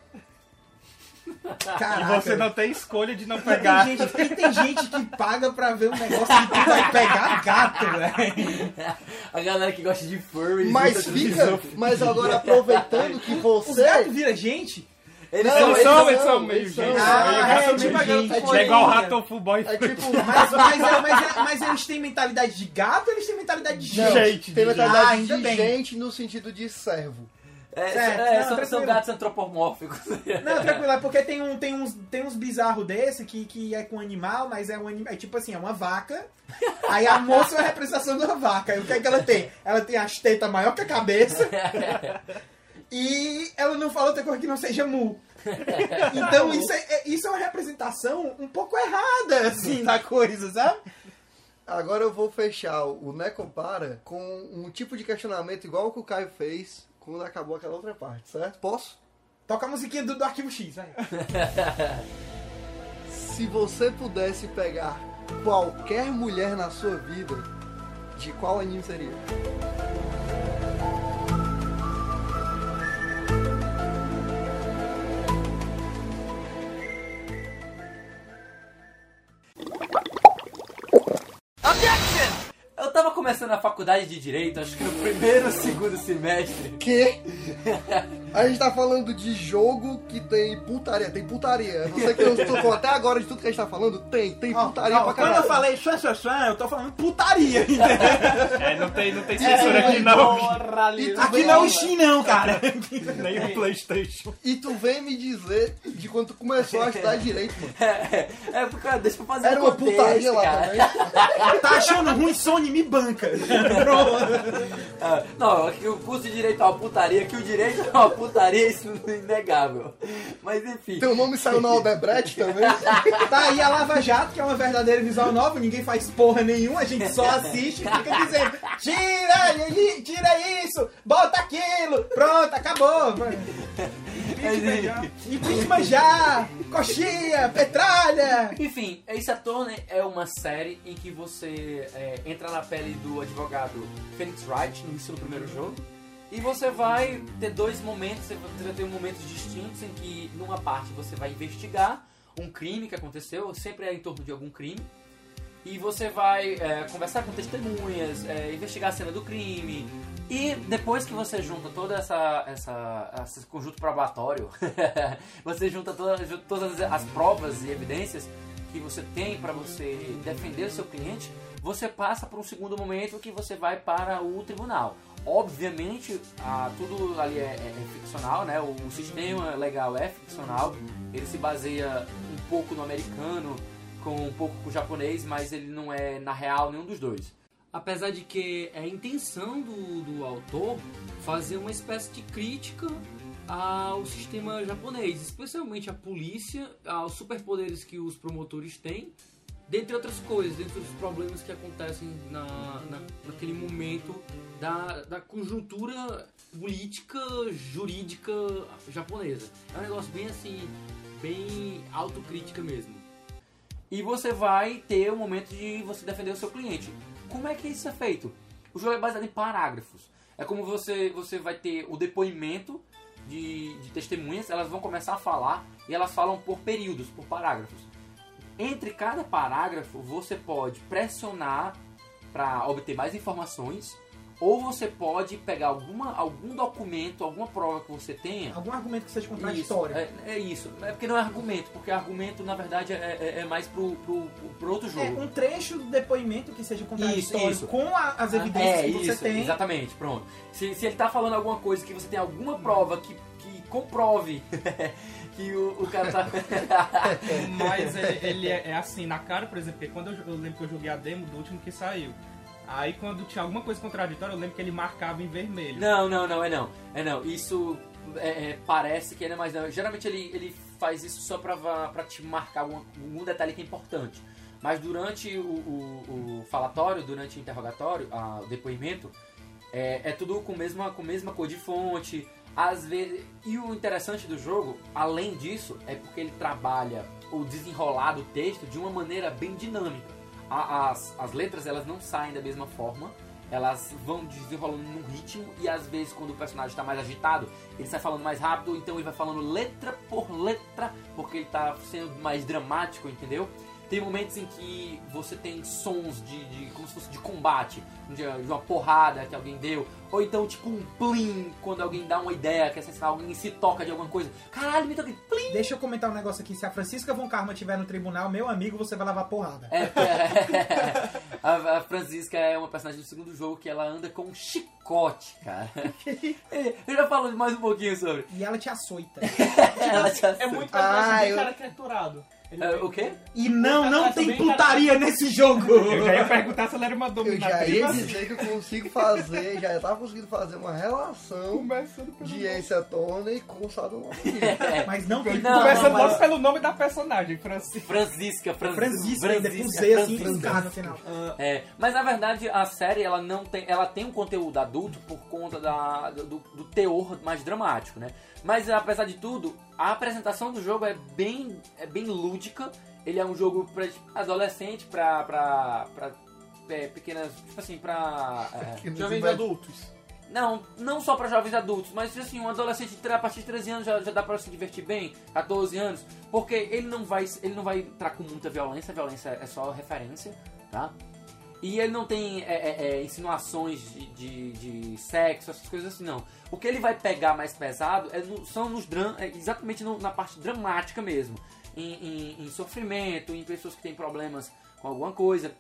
F: E
E: Caraca.
F: você não tem escolha de não pegar.
E: tem gente, tem, tem gente que paga pra ver um negócio que tu vai pegar gato, velho.
D: A galera que gosta de furries.
C: Mas
D: gosta de
C: fica,
D: zoofo-
C: mas agora aproveitando que
E: Os
C: você...
E: gatos viram gente?
D: Eles
C: Não,
D: são...
C: eles
F: são,
C: são,
F: eles são meio
C: eles são.
F: gente.
E: Ah,
F: Meio
E: é,
F: gato,
E: tipo,
F: meio
E: gente.
F: gente. É igual o
G: Ah,
F: Rato Boy.
C: É tipo...
E: Mas, mas, é- mas, é- mas eles têm mentalidade de gato ou eles têm mentalidade de
C: Não,
E: gente?
C: tem mentalidade
E: Ah, ainda
C: de
E: bem.
C: gente no sentido de servo.
D: É,
E: Certo,
D: é,
E: não,
D: são- são,
E: tranquilo.
D: gatos antropomórficos.
E: Não, tranquilo, é porque tem, um, tem uns, tem uns bizarros desse que, que é com animal, mas é um anima- é tipo assim, é uma vaca. Aí a moça é a representação da vaca. Aí o que é que ela tem? Ela tem as tetas maior que a cabeça. E ela não fala outra coisa que não seja mu. Então isso é, é- isso é uma representação um pouco errada, assim, da coisa, sabe?
C: Agora eu vou fechar o Necopara com um tipo de questionamento igual o que o Caio fez quando acabou aquela outra parte, certo? Posso?
E: Toca a musiquinha do, do Arquivo X, vai.
C: Se você pudesse pegar qualquer mulher na sua vida, de qual anime seria?
D: Eu tava começando a faculdade de Direito, acho que no primeiro ou segundo semestre.
C: Que? A gente tá falando de jogo que tem putaria, tem putaria. Você que não escutou até agora de tudo que a gente tá falando, tem, tem
E: Ó,
C: putaria
E: ó,
C: pra
E: quando
C: caralho.
E: eu falei xuan, xuan, xuan, eu tô falando putaria. entendeu?
I: É, não tem, não tem censura aqui não.
G: Porra,
C: E
G: ali.
C: tu
E: Aqui
C: vem-
E: não é o X, não, cara.
I: Nem o Playstation.
C: E tu vem me dizer de quando tu começou a estudar direito, mano.
D: É, é porque, deixa eu fazer
C: Era
D: um
C: uma
D: contexto,
C: putaria lá
D: cara.
C: também.
E: Tá achando ruim, Sony, me banca.
D: Ah, Não, que o curso de direito é uma putaria, que o direito é uma putaria, isso é inegável. Mas enfim.
C: Teu nome saiu na Aldebrecht também.
E: Tá aí a Lava Jato, que é uma verdadeira visual nova, ninguém faz porra nenhuma, a gente só assiste e fica dizendo: tira, li- tira isso, bota aquilo, pronto, acabou.
D: mas, enfim.
E: Impeachment já, coxinha, petralha.
D: Enfim, Ace Attorney é uma série em que você é, entra na pele do advogado Phoenix Wright no início do primeiro jogo. E você vai ter dois momentos, você vai ter momentos distintos em que numa parte você vai investigar um crime que aconteceu, sempre é em torno de algum crime. E você vai é, conversar com testemunhas, é, investigar a cena do crime. E depois que você junta toda essa, essa esse conjunto probatório, você junta toda- junta todas as provas e evidências que você tem para você defender o seu cliente, você passa para um segundo momento que você vai para o tribunal. Obviamente, ah, tudo ali é, é- é ficcional, né? O, o sistema legal é ficcional. Ele se baseia um pouco no americano, com um pouco com o japonês, mas ele não é na real nenhum dos dois. Apesar de que é a intenção do, do autor fazer uma espécie de crítica ao sistema japonês, especialmente à polícia, aos superpoderes que os promotores têm
J: dentre outras coisas, dentre os problemas que acontecem na, na- naquele momento da, da conjuntura política, jurídica japonesa. É um negócio bem assim, bem autocrítica mesmo.
D: e você vai ter o momento de você defender o seu cliente. Como é que isso é feito? O jogo é baseado em parágrafos. É como você, você vai ter o depoimento de, de testemunhas, elas vão começar a falar e elas falam por períodos, por parágrafos. Entre cada parágrafo, você pode pressionar para obter mais informações, ou você pode pegar alguma, algum documento, alguma prova que você tenha
E: Algum argumento que seja contra
D: isso,
E: a história.
D: É, é isso. É porque não é argumento, porque argumento, na verdade, é, é- é mais pro, pro, pro outro
E: É,
D: jogo.
E: um trecho do depoimento que seja contraditório
D: Isso, isso.
E: com a- as evidências que você
D: É, isso,
E: tem.
D: exatamente, pronto. Se, se ele tá falando alguma coisa que você tem alguma prova que, que comprove que o, o cara tá.
F: Mas ele, ele é, é assim, na cara, por exemplo, porque quando eu, eu lembro que eu joguei a demo do último que saiu. Aí quando tinha alguma coisa contraditória, eu lembro que ele marcava em vermelho.
D: não, não, não, é não. É não. Isso é- é, parece que ele é mais não. Geralmente ele, ele faz isso só pra, va- pra te marcar um, um detalhe que é importante. Mas durante o, o- o falatório, durante o interrogatório, a- o depoimento, é, é tudo com mesma, com mesma cor de fonte. Às vezes, e o interessante do jogo, além disso, é porque ele trabalha o desenrolar do texto de uma maneira bem dinâmica. A- as, as letras elas não saem da mesma forma, elas vão desenrolando num ritmo e às vezes quando o personagem está mais agitado, ele sai falando mais rápido, então ele vai falando letra por letra, porque ele tá sendo mais dramático, entendeu? Tem momentos em que você tem sons de, de- como se fosse de combate, de, de uma porrada que alguém deu, ou então tipo um plim, quando alguém dá uma ideia, que assassinar alguém e se toca de alguma coisa. Caralho, me toca, plim!
E: Deixa eu comentar um negócio aqui. Se a Francisca Von Karma estiver no tribunal, meu amigo, você vai lavar porrada.
D: É, é. a, a Francisca é uma personagem do segundo jogo que ela anda com um chicote, cara. Eu já falo mais um pouquinho sobre.
E: E ela te açoita.
D: Ela te
G: É muito
C: Ah,
G: mais
C: eu-
G: um cara criaturado. Ele
D: É,
G: vem-
D: o quê?
E: E não, não
G: Ela
E: tem
G: também
E: putaria nesse jogo!
F: Eu já ia perguntar se ela era uma
C: Eu já
F: dominatriz.
C: ia dizer que eu consigo fazer, já tava conseguindo fazer uma relação
F: Começando pelo,
C: de Ace Attorney com Sadomasoquismo.
D: É.
E: Mas não tem
D: Não,
E: putaria.
F: começando
D: mas-
F: logo pelo nome da personagem, Francisco.
D: Francisca, Francisca.
E: Francisca, ainda com
D: Francisca,
E: Z assim,
D: Francisca.
E: Francisca. no final.
D: É, mas na verdade a série ela não tem, ela tem um conteúdo adulto por conta da, do, do teor mais dramático, né? Mas apesar de tudo, a apresentação do jogo é bem, é bem lúdica. Ele é um jogo pra adolescente, pra, pra, pra é, pequenas, tipo assim, pra é,
C: Que nos
G: Jovens
C: invade-
G: adultos.
D: não, não só pra jovens adultos, mas assim, um adolescente de tre- a partir de 13 anos já, já dá pra se divertir bem, 14 anos, porque ele não vai ele não vai entrar com muita violência, a violência é só referência, tá? E ele não tem é, é, é, insinuações de, de- de sexo, essas coisas assim, não. O que ele vai pegar mais pesado é no- são nos dram, é exatamente no- na parte dramática mesmo. Em, em- em sofrimento, em pessoas que têm problemas com alguma coisa.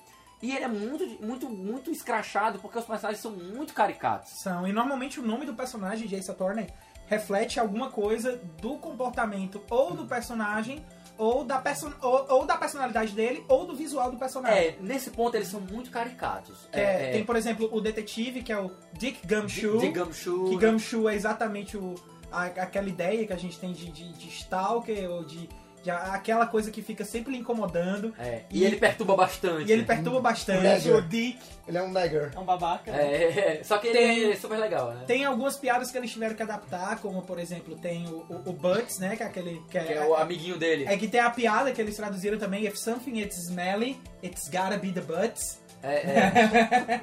D: E ele é muito, muito, muito escrachado porque os personagens são muito caricatos.
E: São. E normalmente o nome do personagem de Ace Attorney reflete alguma coisa do comportamento ou do personagem, ou da, perso ou, ou da personalidade dele, ou do visual do personagem.
D: É, nesse ponto eles são muito caricatos.
E: Que é- Tem, por exemplo, o detetive, que é o Dick Gumshoe.
D: de Gumshoe.
E: que
D: né?
E: Gumshoe é exatamente o, a- aquela ideia que a gente tem de, de, de stalker, ou de, de a- aquela coisa que fica sempre lhe incomodando.
D: É, e, ele perturba bastante.
E: E ele perturba bastante.
C: Nega.
E: O Dick.
C: Ele é um nigger.
G: É um babaca. né?
D: É, é, só que ele
E: Tem-
D: é super legal, né?
E: Tem algumas piadas que eles tiveram que adaptar, como por exemplo, tem o, o, o Butts, né? Que é aquele. Que é,
D: que é o amiguinho dele.
E: é que tem a piada que eles traduziram também, if something it's smelly, it's gotta be the butts.
D: É,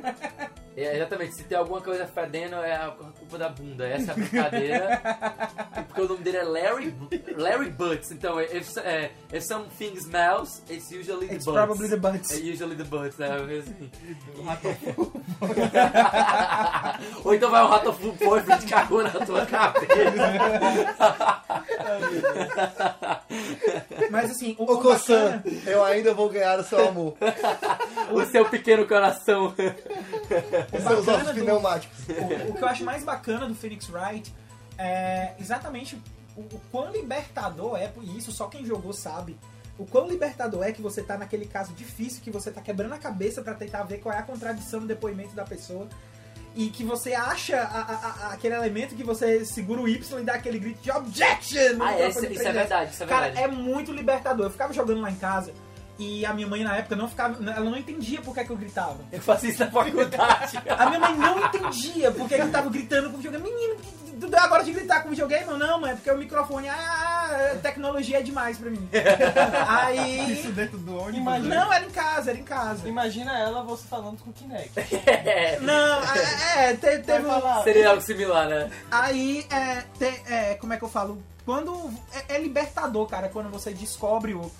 D: é. É, exatamente, se tem alguma coisa fedendo é a culpa da bunda, essa é a brincadeira. Porque o nome dele é Larry, Larry Butts, então if, é, if something smells, it's usually the
E: It's
D: butts.
E: probably the butts.
D: É usually the butts, né? Assim. Ou então vai um rato full boy pra te cagou na tua cabeça.
E: Mas assim, o,
C: Ô,
E: o
C: Kossan,
E: bacana-
C: eu ainda vou ganhar o seu amor.
D: o seu pequeno coração.
E: o
C: Seus ossos
E: bacana do-
C: pneumáticos.
E: O, o que eu acho mais bacana do Phoenix Wright é exatamente o, o quão libertador é, e isso só quem jogou sabe. O quão libertador é que você tá naquele caso difícil, que você tá quebrando a cabeça pra tentar ver qual é a contradição no depoimento da pessoa. E que você acha a- a- a- aquele elemento que você segura o Y e dá aquele grito de objection! no
D: Ah, é,
E: microfone
D: isso, isso
E: de
D: é
E: presença.
D: verdade, isso é
E: Cara,
D: verdade.
E: é muito libertador. Eu ficava jogando lá em casa E a minha mãe na época não ficava. Ela não entendia por que, que eu gritava.
D: Eu fazia isso na faculdade.
E: A minha mãe não entendia por que que eu tava gritando com o videogame. Menino, que- tu deu agora de gritar com o videogame? Eu, não, mãe, é porque o microfone. Ah, tecnologia é demais pra mim. Aí.
F: dentro do ônibus. né?
G: Imagina,
E: Não, era em casa, era em casa.
G: imagina ela você falando com o Kinect. né?
D: É,
E: Não, é, é, te- teve um.
D: seria algo similar, né?
E: Aí, é, tem- é, como é que eu falo? Quando. É, é libertador, cara, quando você descobre o.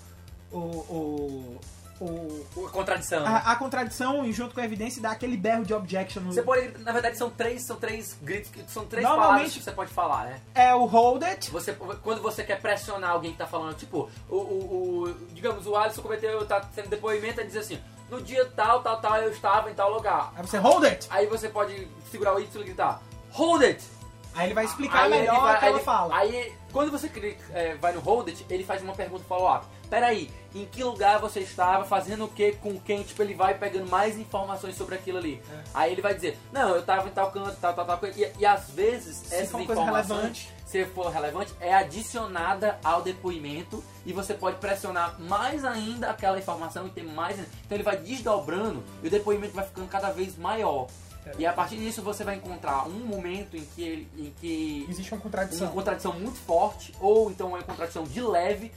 E: o. o, o-
D: Contradição. né?
E: a, a contradição e junto com a evidência dá aquele berro de objection. no-
D: Você pode, na verdade, são três, são três gritos, que- são três
E: Normalmente-
D: palavras que você pode falar, né?
E: É o hold it.
D: Você, quando você quer pressionar alguém que tá falando, tipo, o, o, o- digamos, o Alisson cometeu, tá tendo depoimento, e diz assim, no dia tal, tal, tal, eu estava em tal lugar.
E: Aí você hold it.
D: Aí você pode segurar o Y e gritar, hold it!
E: Aí ele vai explicar
D: Aí ele
E: melhor
D: vai-
E: o que ela
D: aí-
E: fala.
D: Aí, quando você clica, é, vai no hold it, ele faz uma pergunta follow-up. Peraí, em que lugar você estava, fazendo o que, com quem? Tipo, ele vai pegando mais informações sobre aquilo ali. Aí ele vai dizer, não, eu estava em tal canto, tal, tal, tal. coisa. E, e às vezes,
E: Se
D: essas
E: for uma coisa
D: informações,
E: relevante.
D: se for relevante, é adicionada ao depoimento e você pode pressionar mais ainda aquela informação e ter mais... ainda. Então ele vai desdobrando e o depoimento vai ficando cada vez maior. E a partir disso você vai encontrar um momento em que, ele- em que
E: Existe uma
D: uma
E: contradição.
D: contradição muito forte, ou então uma contradição de leve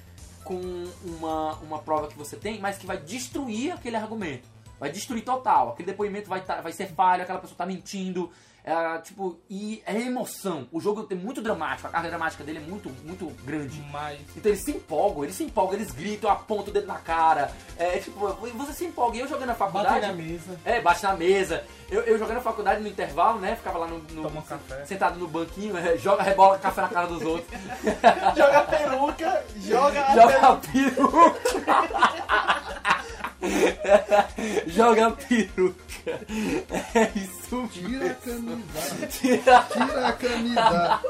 D: com uma, uma prova que você tem, mas que vai destruir aquele argumento. Vai destruir total. Aquele depoimento vai, tá- vai ser falho, aquela pessoa tá mentindo. é, tipo, e é emoção. O jogo é muito dramático, a carga dramática dele é muito, muito grande.
F: Mas
D: Então eles se empolgam, eles se empolgam, eles gritam, apontam o dedo na cara. É tipo, você se empolga. E eu jogando na faculdade.
G: Bater na mesa.
D: É, bate na mesa. Eu, eu jogando na faculdade no intervalo, né? Ficava lá no. no-
F: Toma um café.
D: Sentado no banquinho, é, joga, rebola café na cara dos outros.
G: Joga a peruca, joga a
D: joga a peruca. joga a peruca. É isso mesmo.
C: Tira a camisa.
D: Tira-
C: Tira a camisa.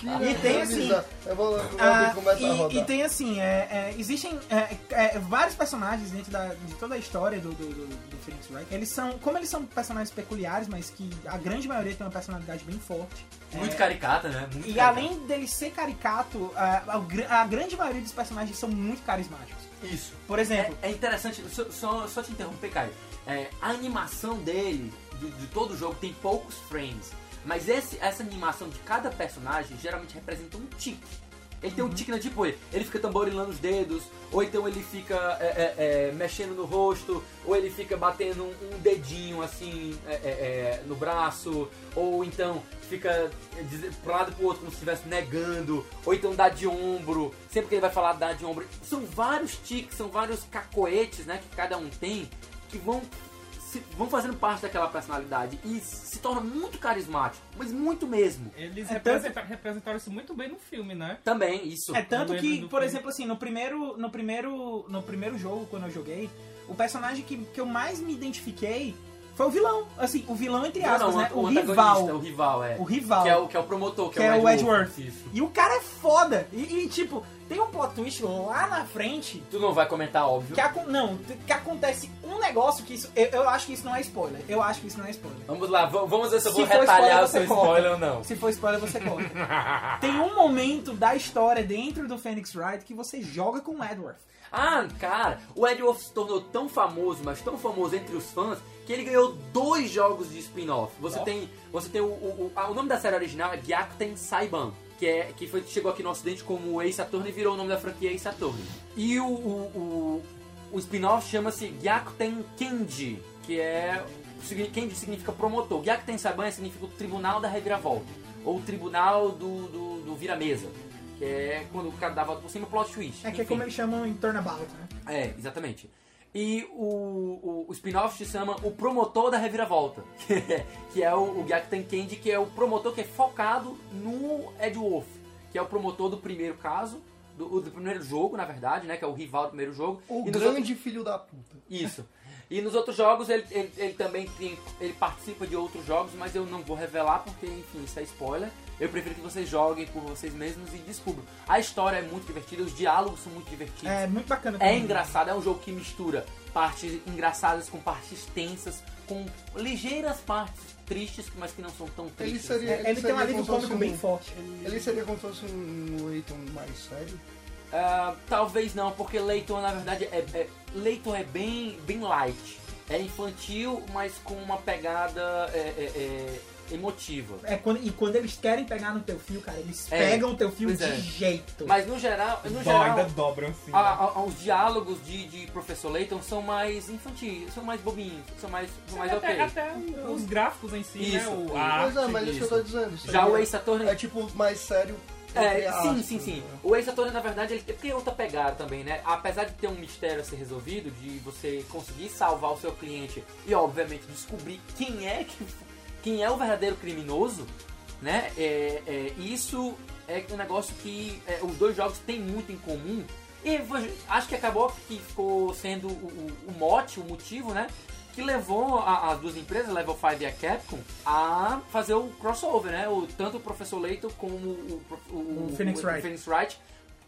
C: Tira
E: E
C: a
E: tem
C: camisa. Eu vou lá,
E: Ah,
C: começa a
E: e,
C: rodar.
E: e tem assim, é, é, existem é, é, vários personagens dentro da, de toda a história do, do, do, do Phoenix Wright. Eles são, como eles são personagens peculiares, mas que a grande maioria tem uma personalidade bem forte.
D: Muito
E: É,
D: caricata, né? Muito
E: E
D: caricata.
E: além dele ser caricato, é, a, a gr- a grande maioria dos personagens são muito carismáticos.
D: Isso.
E: Por exemplo,
D: É, é interessante, só, só, só te interromper, Caio. É, a animação dele, de, de todo o jogo, tem poucos frames. Mas esse, essa animação de cada personagem geralmente representa um tique. Ele tem um tique, né? Tipo, ele ele fica tamborilando os dedos, ou então ele fica é, é, é, mexendo no rosto, ou ele fica batendo um, um dedinho assim é, é, é, no braço, ou então fica é, dizer- pro lado e pro outro como se estivesse negando, ou então dá de ombro, sempre que ele vai falar dá de ombro. São vários tiques, são vários cacoetes, né, que cada um tem, que vão se- vão fazendo parte daquela personalidade e se torna muito carismático, mas muito mesmo.
F: eles
E: É tanto-
F: representa- representaram isso muito bem no filme, né?
D: Também isso.
E: É tanto
F: Eu lembro
E: que,
F: do
E: por
F: filme.
E: exemplo, assim, no primeiro, no primeiro, no primeiro jogo quando eu joguei, o personagem que, que eu mais me identifiquei foi o vilão, assim, o vilão entre
D: Não,
E: aspas,
D: não,
E: né? O,
D: antagonista,
E: rival,
D: o rival é.
E: o rival.
D: Que é o, que é o promotor, que,
E: Que
D: é,
E: é o Ed
D: Edward. Isso.
E: E o cara é foda. E, e, tipo, tem um plot twist lá na frente
D: Tu não vai comentar, óbvio.
E: que acon- não, que acontece um negócio que isso, eu, eu acho que isso não é spoiler. Eu acho que isso não é spoiler.
D: Vamos lá, va- vamos ver se eu
E: Se
D: vou
E: for
D: retalhar
E: spoiler,
D: o seu
E: você corta.
D: spoiler ou não.
E: Se for spoiler, você corta. Tem um momento da história dentro do Phoenix Wright que você joga com o Edward.
D: Ah, cara, o Ed Wolf se tornou tão famoso, mas tão famoso entre os fãs, que ele ganhou dois jogos de spin-off. Você tem, você tem o, o, o, ah, o nome da série original é Gyakuten Saiban, que, é, que foi, chegou aqui no ocidente como Ace Attorney e virou o nome da franquia Ace Attorney. E o, o, o, o spin-off chama-se Gyakuten Kenji, que é... signi- Kenji significa promotor. Gyakuten Saiban significa o tribunal da reviravolta, ou o tribunal do, do, do vira-mesa. Que é quando o cara dá a volta por cima, plot twist.
E: É que
D: Enfim.
E: é como eles chamam em Turnabout, né?
D: É, exatamente. E o, o, o spin-off se chama O Promotor da Reviravolta, que é, que é o, o Gyakuten Candy, que é o promotor que é focado no Ed Wolf, que é o promotor do primeiro caso, do, do primeiro jogo, na verdade, né, que é o rival do primeiro jogo.
C: O
D: E nos
C: grande
D: outros-
C: filho da puta.
D: Isso. E nos outros jogos ele, ele, ele também tem, ele participa de outros jogos, mas eu não vou revelar porque, enfim, isso é spoiler. Eu prefiro que vocês joguem por vocês mesmos e descubram. A história é muito divertida, os diálogos são muito divertidos.
E: É muito bacana.
D: É
E: também.
D: engraçado, é um jogo que mistura partes engraçadas com partes tensas, com ligeiras partes tristes, mas que não são tão
C: Ele
D: tristes. né?
C: seria.
E: Ele tem um
C: seria como
E: alívio
C: se fosse
E: cômico bem
C: um-
E: forte.
C: Ele seria como se fosse um Leighton mais sério.
D: Ah, talvez não, porque Leiton na verdade é, é Leiton é bem, bem light. É infantil, mas com uma pegada é, é, é, emotiva.
E: É quando, e quando eles querem pegar no teu fio, cara, eles
D: É.
E: pegam o teu fio
D: Pois
E: de
D: é.
E: jeito.
D: Mas no geral, no
F: Dó,
D: geral
F: ainda dobram assim.
D: a- a- os diálogos de, de Professor Leiton são mais infantis, são mais bobinhos, são mais, são mais
F: até,
D: ok.
F: até os gráficos em si,
D: Isso.
F: né? O, a
C: Pois é,
F: arte,
C: mas é isso que eu tô dizendo. isso
D: Ah, Já
C: aí
D: o
C: é-
D: Ace Attorney
C: É tipo mais sério. entre
D: É, sim,
C: aspas,
D: sim, sim.
C: né?
D: O Ace Attorney, na verdade, ele tem porque é outra pegada também, né? Apesar de ter um mistério a ser resolvido, de você conseguir salvar o seu cliente e, obviamente, descobrir quem é que, quem é o verdadeiro criminoso, né? É, é, isso é um negócio que é, os dois jogos têm muito em comum. E vo- acho que acabou que ficou sendo o, o- o mote, o motivo, né? Que levou a- as duas empresas, a Level 5 e a Capcom, a fazer o crossover, né? O, tanto o Professor Layton como o, o- o-
E: O Phoenix
D: o- o
E: Wright.
D: Phoenix Wright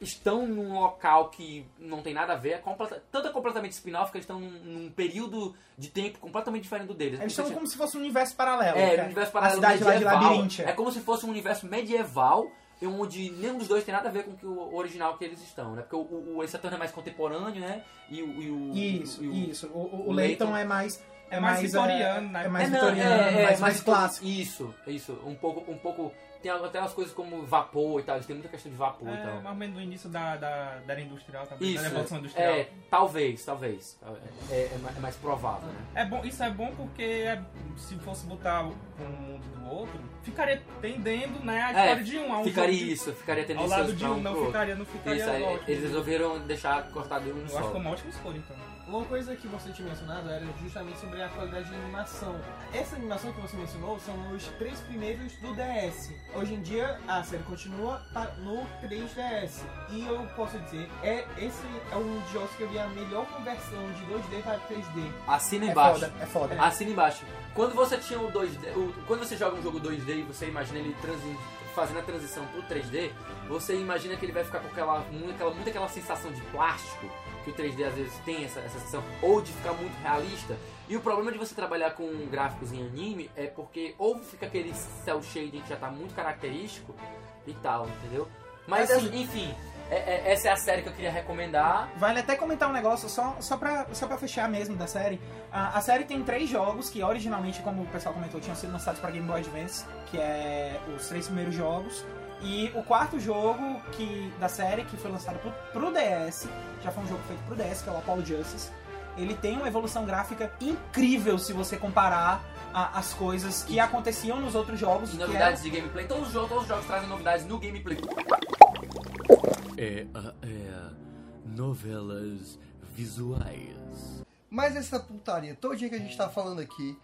D: estão num local que não tem nada a ver, é completa, tanto é completamente spin-off que eles estão num, num período de tempo completamente diferente do deles. é
E: Eles
D: Não
E: são
D: sei-
E: como se fosse um universo paralelo.
D: é,
E: cara.
D: um universo paralelo
E: A cidade lá de
D: medieval.
E: Labiríntia.
D: É como se fosse um universo medieval, em onde nenhum dos dois tem nada a ver com o que o original que eles estão, né? Porque o, o, o Ace Attorney é mais contemporâneo, né? E o... E o
E: Isso,
D: e o-
E: isso. O, o,
D: o
E: o Leighton
D: Leighton
E: é mais. É
F: É
E: mais
F: mais vitoriano,
E: é,
F: né?
E: É mais
D: é, não,
E: vitoriano,
D: é, é,
E: mais,
D: mas
E: mais
D: tu-
E: clássico.
D: Isso, isso. Um pouco, um pouco... Tem até umas coisas como vapor e tal, eles têm muita questão de vapor e
F: É,
D: tal.
F: mais ou menos do início da, da, da era industrial, tá?
D: Isso.
F: da revolução industrial.
D: É, talvez, talvez. É, é ma- é mais provável, né?
F: É bom, isso é bom porque é- se fosse botar um mundo do outro, ficaria tendendo né, a história de um. a um
D: É, Ficaria
F: jogo de-
D: isso, ficaria tendo
F: Ao
D: isso
F: lado de
D: pra
F: um,
D: um pro
F: não
D: outro.
F: ficaria, não ficaria
D: Isso, aí,
F: ótimo.
D: eles resolveram deixar cortado em um
F: Eu
D: só.
F: acho que é uma ótima escolha, então.
G: Uma coisa que você tinha mencionado era justamente sobre a qualidade de animação. Essa animação que você mencionou são os três primeiros do DS. Hoje em dia a série continua pa- no 3DS. E eu posso dizer, é esse é um dos jogos que eu vi a melhor conversão de 2D para 3D.
D: Assina
E: É
D: embaixo.
E: foda, é foda.
D: Assina embaixo. Quando você tinha o 2D, o- quando você joga um jogo 2D e você imagina ele transi- fazendo a transição pro 3D, você imagina que ele vai ficar com aquela muito, aquela muito aquela sensação de plástico que o 3D às vezes tem essa, essa sensação ou de ficar muito realista. E o problema de você trabalhar com gráficos em anime é porque ou fica aquele cel shading que já tá muito característico e tal, entendeu? Mas
E: Mas, assim,
D: enfim, é- é- essa é a série que eu queria recomendar.
E: Vale até comentar um negócio, só, só, pra, só pra fechar mesmo da série. A, a série tem três jogos que originalmente, como o pessoal comentou, tinham sido lançados pra Game Boy Advance, que é os três primeiros jogos. E o quarto jogo que, da série, que foi lançado pro, pro DS, já foi um jogo feito pro DS, que é o Apollo Justice. Ele tem uma evolução gráfica incrível se você comparar a- as coisas que aconteciam nos outros jogos.
D: E
E: que é era-
D: novidades de gameplay, todos os jogos, todos os jogos trazem novidades no gameplay.
H: É, ah, é, novelas visuais.
C: Mas essa putaria todinha que a gente tá falando aqui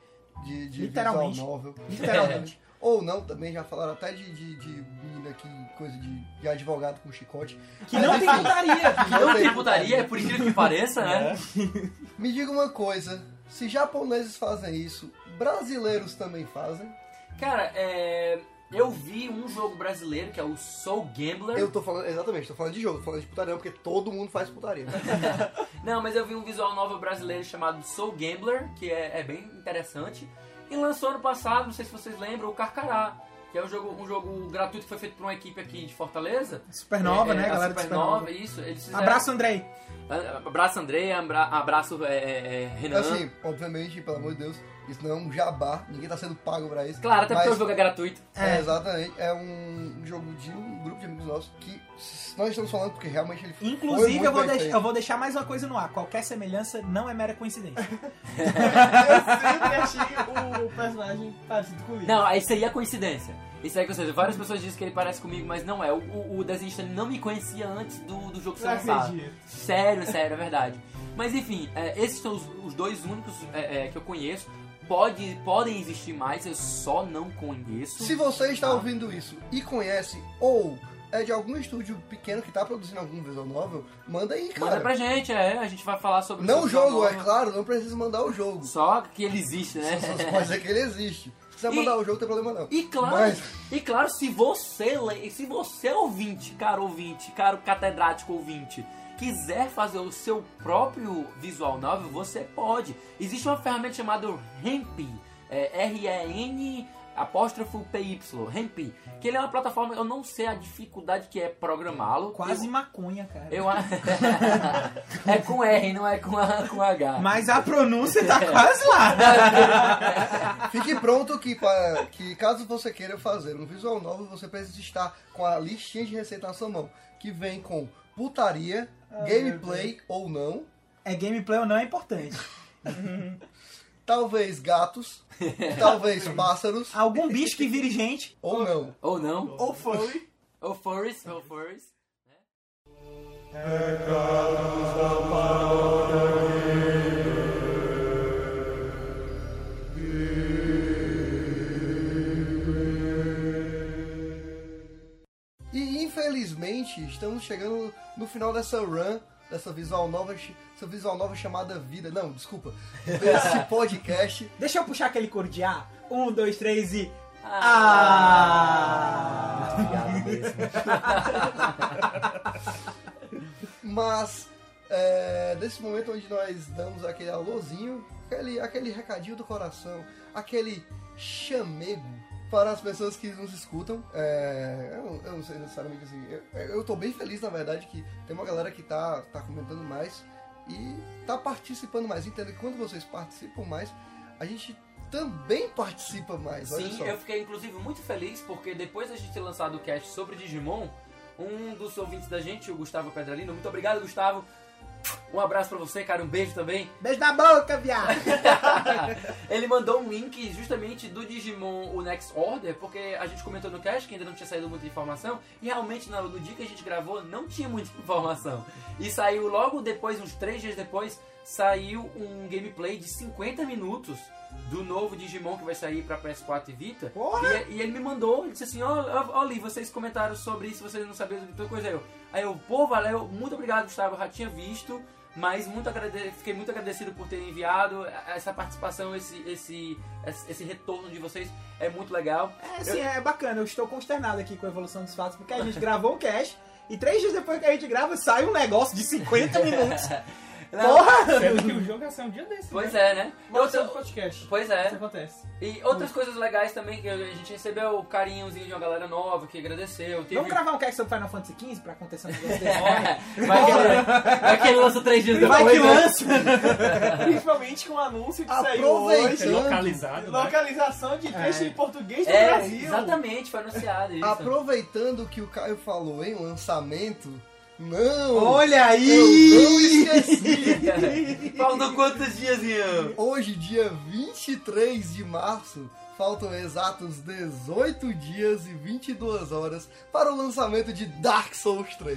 C: de, de
E: Literalmente.
C: visual novel,
E: Literalmente.
C: ou não, também já falaram até de, de, de menina que coisa de, de advogado com chicote.
E: que
C: Mas
E: não tem
C: enfim,
E: putaria!
C: não
D: Não
C: tem
D: tem putaria, é por incrível que pareça, né?
C: Me diga uma coisa, se japoneses fazem isso, brasileiros também fazem.
D: Cara, é, eu vi um jogo brasileiro que é o Soul Gambler.
C: Eu tô falando, exatamente, tô falando de jogo, tô falando de putaria porque todo mundo faz putaria.
D: Não, mas eu vi um visual novel brasileiro chamado Soul Gambler, que é, é bem interessante. E lançou ano passado, não sei se vocês lembram, o Carcará, que é um jogo, um jogo gratuito que foi feito por uma equipe aqui de Fortaleza. É,
E: Supernova,
D: é,
E: né,
D: a
E: galera? do
D: Supernova, isso. é Eles fizeram-
E: Abraço, Andrei!
D: Abraço, André, abra- abraço, é, é, é, Renan.
C: Assim, obviamente, pelo amor de Deus, isso não é um jabá, ninguém tá sendo pago pra isso.
D: claro, até porque
C: mas-
D: o jogo é gratuito.
C: É, exatamente. É um jogo de um grupo de amigos nossos que s- nós estamos falando porque realmente ele foi
E: Inclusive,
C: muito
E: eu vou,
C: bem
E: deix-
C: feito.
E: eu vou deixar mais uma coisa no ar. Qualquer semelhança não é mera coincidência.
G: Eu sempre achei o personagem parecido comigo.
D: Não, aí seria coincidência. Isso aí, ou seja, várias pessoas dizem que ele parece comigo, mas não é. O, o, o desenhista não me conhecia antes do, do jogo ser
C: Tá
G: Não
D: lançado.
G: acredito.
D: Sério, sério, é verdade. Mas enfim, é, esses são os, os dois únicos é, é, que eu conheço. Pode, podem existir mais, eu só não conheço.
C: Se você está ouvindo isso e conhece ou é de algum estúdio pequeno que tá produzindo algum visual novel, manda aí, cara.
D: Manda pra gente, é. A gente vai falar sobre
C: Não o
D: sobre
C: jogo, é
D: nova.
C: claro, não precisa mandar o jogo.
D: Só que ele existe, né?
C: Só só pode dizer que ele existe. Se quiser
D: E-
C: mandar o jogo, não tem problema não.
D: E claro,
C: Mas-
D: e claro, se você, le- se você ouvinte, caro ouvinte, caro catedrático ouvinte, quiser fazer o seu próprio visual novel, você pode. Existe uma ferramenta chamada Ramp, é, R-E-N apóstrofo PY, Hemp, que ele é uma plataforma, eu não sei a dificuldade que é programá-lo.
E: Quase maconha, cara.
D: Eu, eu a- é com R, não é com, a, com H.
E: Mas a pronúncia tá
D: É.
E: quase lá.
C: Fique pronto que, pa- que caso você queira fazer um visual novo, você precisa estar com a listinha de receita na sua mão, que vem com putaria, gameplay ou não,
E: É gameplay ou não é importante.
C: talvez gatos, talvez pássaros
E: Algum bicho que vire gente.
C: ou não.
D: Ou não.
G: Ou foi.
D: Ou furries. Ou furries.
C: E infelizmente estamos chegando no final dessa run, dessa visual nova, chi- essa visual nova chamada vida. Não, desculpa. Esse podcast.
E: Deixa eu puxar aquele cor de A. Um, dois, três e.
D: Ah!
C: Mas é, nesse momento onde nós damos aquele alôzinho, aquele, aquele recadinho do coração, aquele chamego para as pessoas que nos escutam. É, eu, não- eu não sei necessariamente assim. Eu, eu tô bem feliz, na verdade, que tem uma galera que tá, tá comentando mais e tá participando mais. Entenda que quando vocês participam mais, a gente também participa mais. Olha
D: Sim,
C: só.
D: eu fiquei inclusive muito feliz porque depois da gente ter lançado o cast sobre Digimon, um dos ouvintes da gente, o Gustavo Pedralino, muito obrigado, Gustavo. Um abraço pra você, cara, um beijo também.
E: Beijo na boca, viado!
D: Ele mandou um link justamente do Digimon o Next Order, porque a gente comentou no cast que ainda não tinha saído muita informação, e realmente no, no dia que a gente gravou não tinha muita informação. E saiu logo depois, uns três dias depois, saiu um gameplay de 50 minutos do novo Digimon que vai sair pra PS4 e Vita. E, e ele me mandou, ele disse assim, ó, ó, ó, Lee, vocês comentaram sobre isso, vocês não sabiam de toda coisa. Aí eu, aí eu, pô, valeu, muito obrigado, Gustavo, eu já tinha visto, mas muito agrade... fiquei muito agradecido por ter enviado essa participação, esse, esse, esse retorno de vocês, é muito legal.
E: É, assim, é bacana. Eu estou consternado aqui com a evolução dos fatos, porque a gente gravou um cast e três dias depois que a gente grava, sai um negócio de 50 minutos.
D: Não,
F: Sendo que o jogo ia ser um dia desse.
D: Pois
F: né?
D: é, né?
G: Mas
D: Outra-
G: é um podcast.
D: Pois
G: Isso
D: é.
G: acontece.
D: E outras coisas legais também, que a gente recebeu o carinhozinho de uma galera nova que agradeceu. Teve... É,
E: Vamos gravar um cast sobre Final Fantasy XV pra acontecer um negócio desse?
D: vai, que ele, vai que ele lança três dias depois.
E: Vai que
D: né?
E: lança!
G: Principalmente com o anúncio que saiu hoje.
C: Aproveitando.
I: Localizado. né?
G: Localização de texto em português do
D: É,
G: Brasil.
D: exatamente, foi anunciado isso.
C: Aproveitando que o Caio falou em lançamento, não!
E: Olha
C: Eu não
E: aí!
C: esqueci!
D: Faltam quantos dias, Ian?
C: Hoje, dia 23 de março, faltam exatos 18 dias e 22 horas para o lançamento de Dark Souls 3.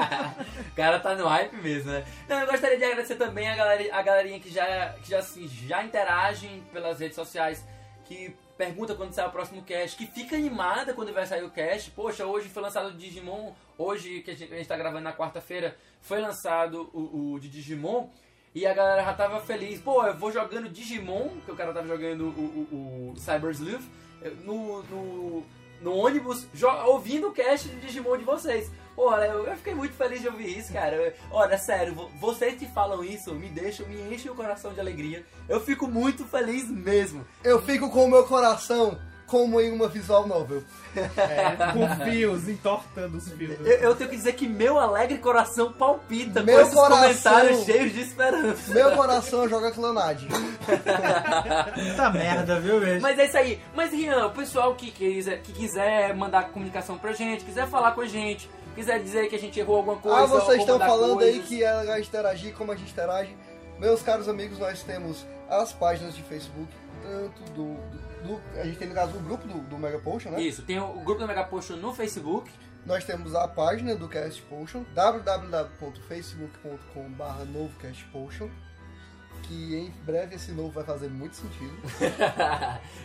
D: o cara tá no hype mesmo, né? Não, eu gostaria de agradecer também a, galera, a galerinha que já, que já, assim, já interagem pelas redes sociais, que pergunta quando sai o próximo cast, que fica animada quando vai sair o cast. Poxa, hoje foi lançado o Digimon, hoje que a gente, a gente tá gravando na quarta-feira, foi lançado o, o de Digimon. E a galera já tava feliz. Pô, eu vou jogando Digimon, que o cara tava jogando o, o, o Cyber Sleuth, eh, no, no, no ônibus, jo- ouvindo o cast de Digimon de vocês. Olha, eu, eu fiquei muito feliz de ouvir isso, cara. Eu- olha, sério, vo- vocês que falam isso me deixam, me enchem o coração de alegria. Eu fico muito feliz mesmo.
C: Eu fico com o meu coração como em uma visual novel.
F: É, com fios, entortando os fios.
D: Eu, eu tenho que dizer que meu alegre coração palpita
C: Meu
D: com esses
C: coração.
D: comentários cheios de esperança.
C: Meu coração joga clonade.
E: Puta merda, viu, velho?
D: Mas é isso aí. Mas, Rian, o pessoal que quiser, que quiser mandar comunicação pra gente, quiser falar com a gente, quiser dizer que a gente errou alguma coisa.
C: Ah,
D: ou
C: vocês estão
D: mandar
C: falando aí
D: coisas.
C: que é legal interagir, como a gente interage. Meus caros amigos, nós temos as páginas de Facebook, tanto do. do- do- a gente tem no caso o grupo do, do Mega Potion, né?
D: Isso, tem o o grupo do Mega Potion no Facebook.
C: Nós temos a página do Cast Potion, www.facebook.com.br novo Cast Potion, que em breve esse novo vai fazer muito sentido.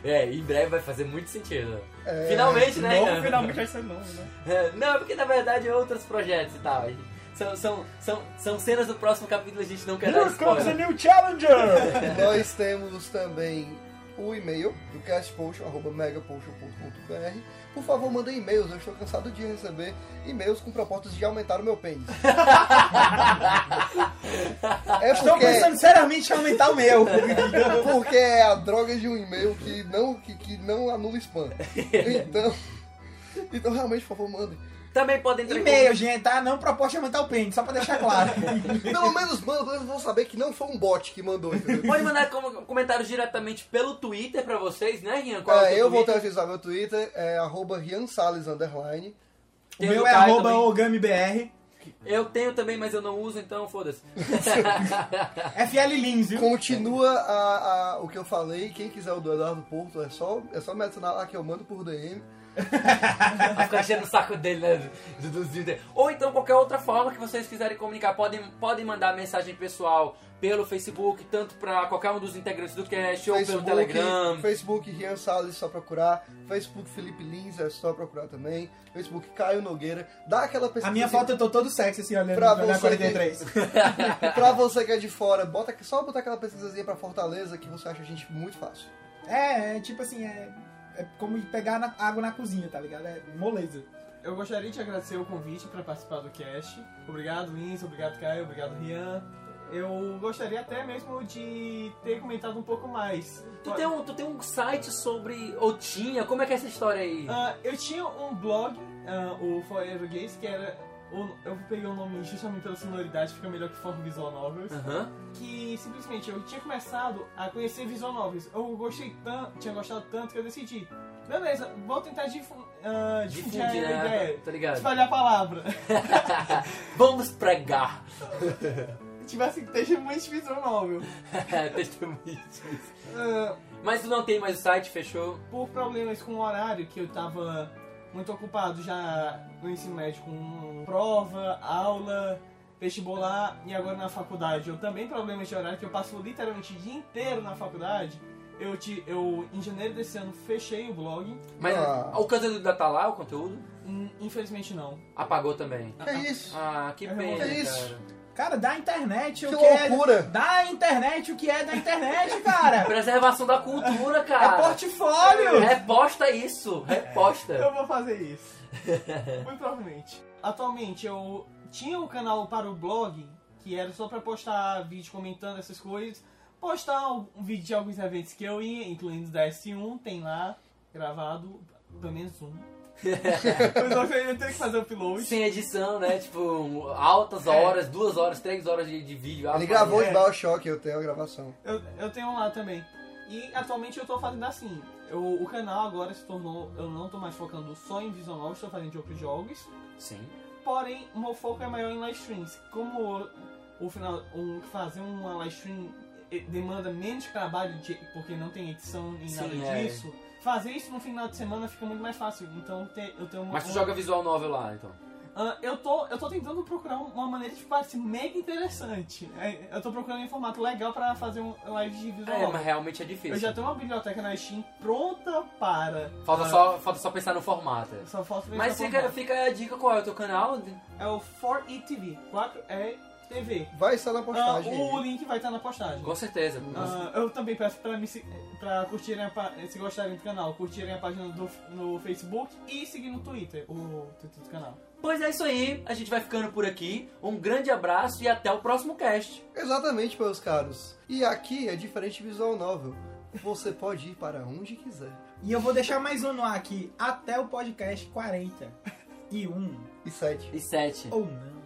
D: é, em breve vai fazer muito sentido.
C: É,
D: Finalmente, né,
F: Novo,
D: Rian?
F: finalmente vai ser novo, né?
D: É, Não, porque na verdade é outros projetos e tal. São, são, são, são cenas do próximo capítulo, a gente não quer dar spoiler.
F: new challenger!
C: Nós temos também o e-mail do castpotion.megapotion.com.br. Por favor, mandem e-mails, eu estou cansado de receber e-mails com propostas de aumentar o meu pênis. é
E: Estou
C: porque,
E: pensando seriamente em aumentar o meu.
C: porque é a droga de um e-mail que não, que, que não anula spam. Então, então realmente, por favor, mandem.
D: Também podem entrar em
E: E-mail, gente, tá? Não proposta de aumentar o pênis, só pra deixar claro.
C: Pelo menos mandem, pelo menos vão saber que não foi um bot que mandou, entendeu?
D: Pode mandar com- comentários diretamente pelo Twitter pra vocês, né, Rian? Qual é o
C: É,
D: teu
C: eu vou
D: Twitter?
C: utilizar meu Twitter, é arroba Rian Salles, underline.
E: O
D: Tem
E: meu
D: do
E: é
D: Caio
E: arroba
D: também.
E: OgamiBR.
D: Eu tenho também, mas eu não uso, então foda-se.
E: FL Lins, viu?
C: Continua a- a- o que eu falei. Quem quiser o do Eduardo Porto, é só, é só me adicionar lá que eu mando por DM.
D: Vai ficar cheio no saco dele, né? do- do- do- do- Ou então qualquer outra forma que vocês quiserem comunicar. Podem, podem mandar mensagem pessoal pelo Facebook, tanto pra qualquer um dos integrantes do cast, ou pelo Telegram.
C: Facebook Rian Salles, só procurar. Facebook Felipe Lins, é só procurar também. Facebook Caio Nogueira. Dá aquela pesquisa.
E: A minha foto eu tô todo sexy assim, olhando
C: Pra
E: pra
C: você
E: 43.
C: pra você que é de fora, bota, só botar aquela pesquisazinha pra Fortaleza que você acha a gente muito fácil.
E: É, é tipo assim, é, é como pegar na- água na cozinha, tá ligado? É moleza.
G: Eu gostaria de agradecer o convite para participar do cast. Obrigado, Lins, obrigado, Caio, obrigado, Rian. Eu gostaria até mesmo de ter comentado um pouco mais.
D: Tu tem, um, tu tem um site sobre. Ou tinha? Como é que é essa história aí?
G: Ah, eu tinha um blog, ah, o Forever Games, que era. o- Eu peguei o nome justamente pela sonoridade, fica melhor que For Visual Novels.
D: Aham.
G: que simplesmente eu tinha começado a conhecer visual novels. Eu gostei tanto, tinha gostado tanto que eu decidi, beleza, vou tentar difu ah, difundir a
D: Difundir, né?
G: ideia,
D: Tá ligado?
G: espalhar a palavra.
D: Vamos pregar.
G: Tivesse que ter Tipo assim, muito visual novel.
D: Testemunhas.
G: Ah,
D: né? Mas tu não tem mais o site, fechou?
G: por problemas com o horário, que eu tava muito ocupado já no ensino médio com prova, aula, vestibular e agora na faculdade. Eu também problemas de horário, que eu passo literalmente o dia inteiro na faculdade. Eu, te, eu, em janeiro desse ano, fechei o blog.
D: Mas
C: Ah.
D: o conteúdo ainda tá lá, o conteúdo?
G: Hum, Infelizmente não.
D: Apagou também.
C: Que isso?
D: Ah, que
G: É,
D: pena,
C: é isso.
D: cara.
E: Cara, dá internet o
C: Que
E: que,
C: loucura.
E: é. Dá internet o que é da internet, cara!
D: Preservação da cultura,
E: É
D: cara. é,
E: portfólio!
D: Reposta isso, reposta.
G: É, Eu vou fazer isso. Muito provavelmente. Atualmente eu tinha um canal para o blog, que era só para postar vídeo comentando essas coisas, postar um um vídeo de alguns eventos que eu ia, incluindo da S1, tem lá gravado pelo menos um. Mas eu ia ter que fazer upload.
D: Sem edição, né? Tipo,
G: É.
D: altas horas, duas horas, três horas de, de vídeo. Ah,
C: Ele gravou de Bioshock, eu tenho a gravação.
G: Eu, eu tenho um lá também. E atualmente eu tô fazendo assim. Eu- o canal agora se tornou. Eu não tô mais focando só em visual novel, estou fazendo de outros jogos.
D: Sim.
G: Porém, o meu foco é maior em live streams. Como o, o final, o fazer uma live stream eh, demanda menos trabalho de- porque não tem edição nem
D: Sim,
G: nada
D: é.
G: disso. Fazer isso no final de semana fica muito mais fácil. Então te- eu tenho uma.
D: Mas tu
G: uma-
D: joga visual novel lá, então.
G: Ah, eu, tô, eu tô tentando procurar uma maneira de parecer mega interessante. É, Eu tô procurando um formato legal pra fazer um live de visual.
D: É, mas realmente é
G: eu
D: difícil.
G: já tenho uma biblioteca na Steam pronta para.
D: Falta,
G: ah,
D: só, falta só pensar no formato.
G: Só falta ver
D: Mas
G: se eu
D: fica,
G: formato.
D: fica a dica qual é o teu canal.
G: É o 4ETV. 4 é TV.
C: Vai estar na
G: Ah,
C: postagem.
G: o link vai estar na postagem.
D: Com certeza.
G: Ah, eu também peço pra, me, se- pra curtirem, a, pa- se gostarem do canal, curtirem a página do, no Facebook e seguir no Twitter, o Twitter do canal.
D: Pois é isso aí, a gente vai ficando por aqui. Um grande abraço e até o próximo cast.
C: Exatamente, meus caros. E aqui é diferente de visual novel. Você pode ir para onde quiser.
E: E eu vou deixar mais um no ar aqui, até o podcast 40. E um.
C: E sete.
D: E sete.
E: Ou não.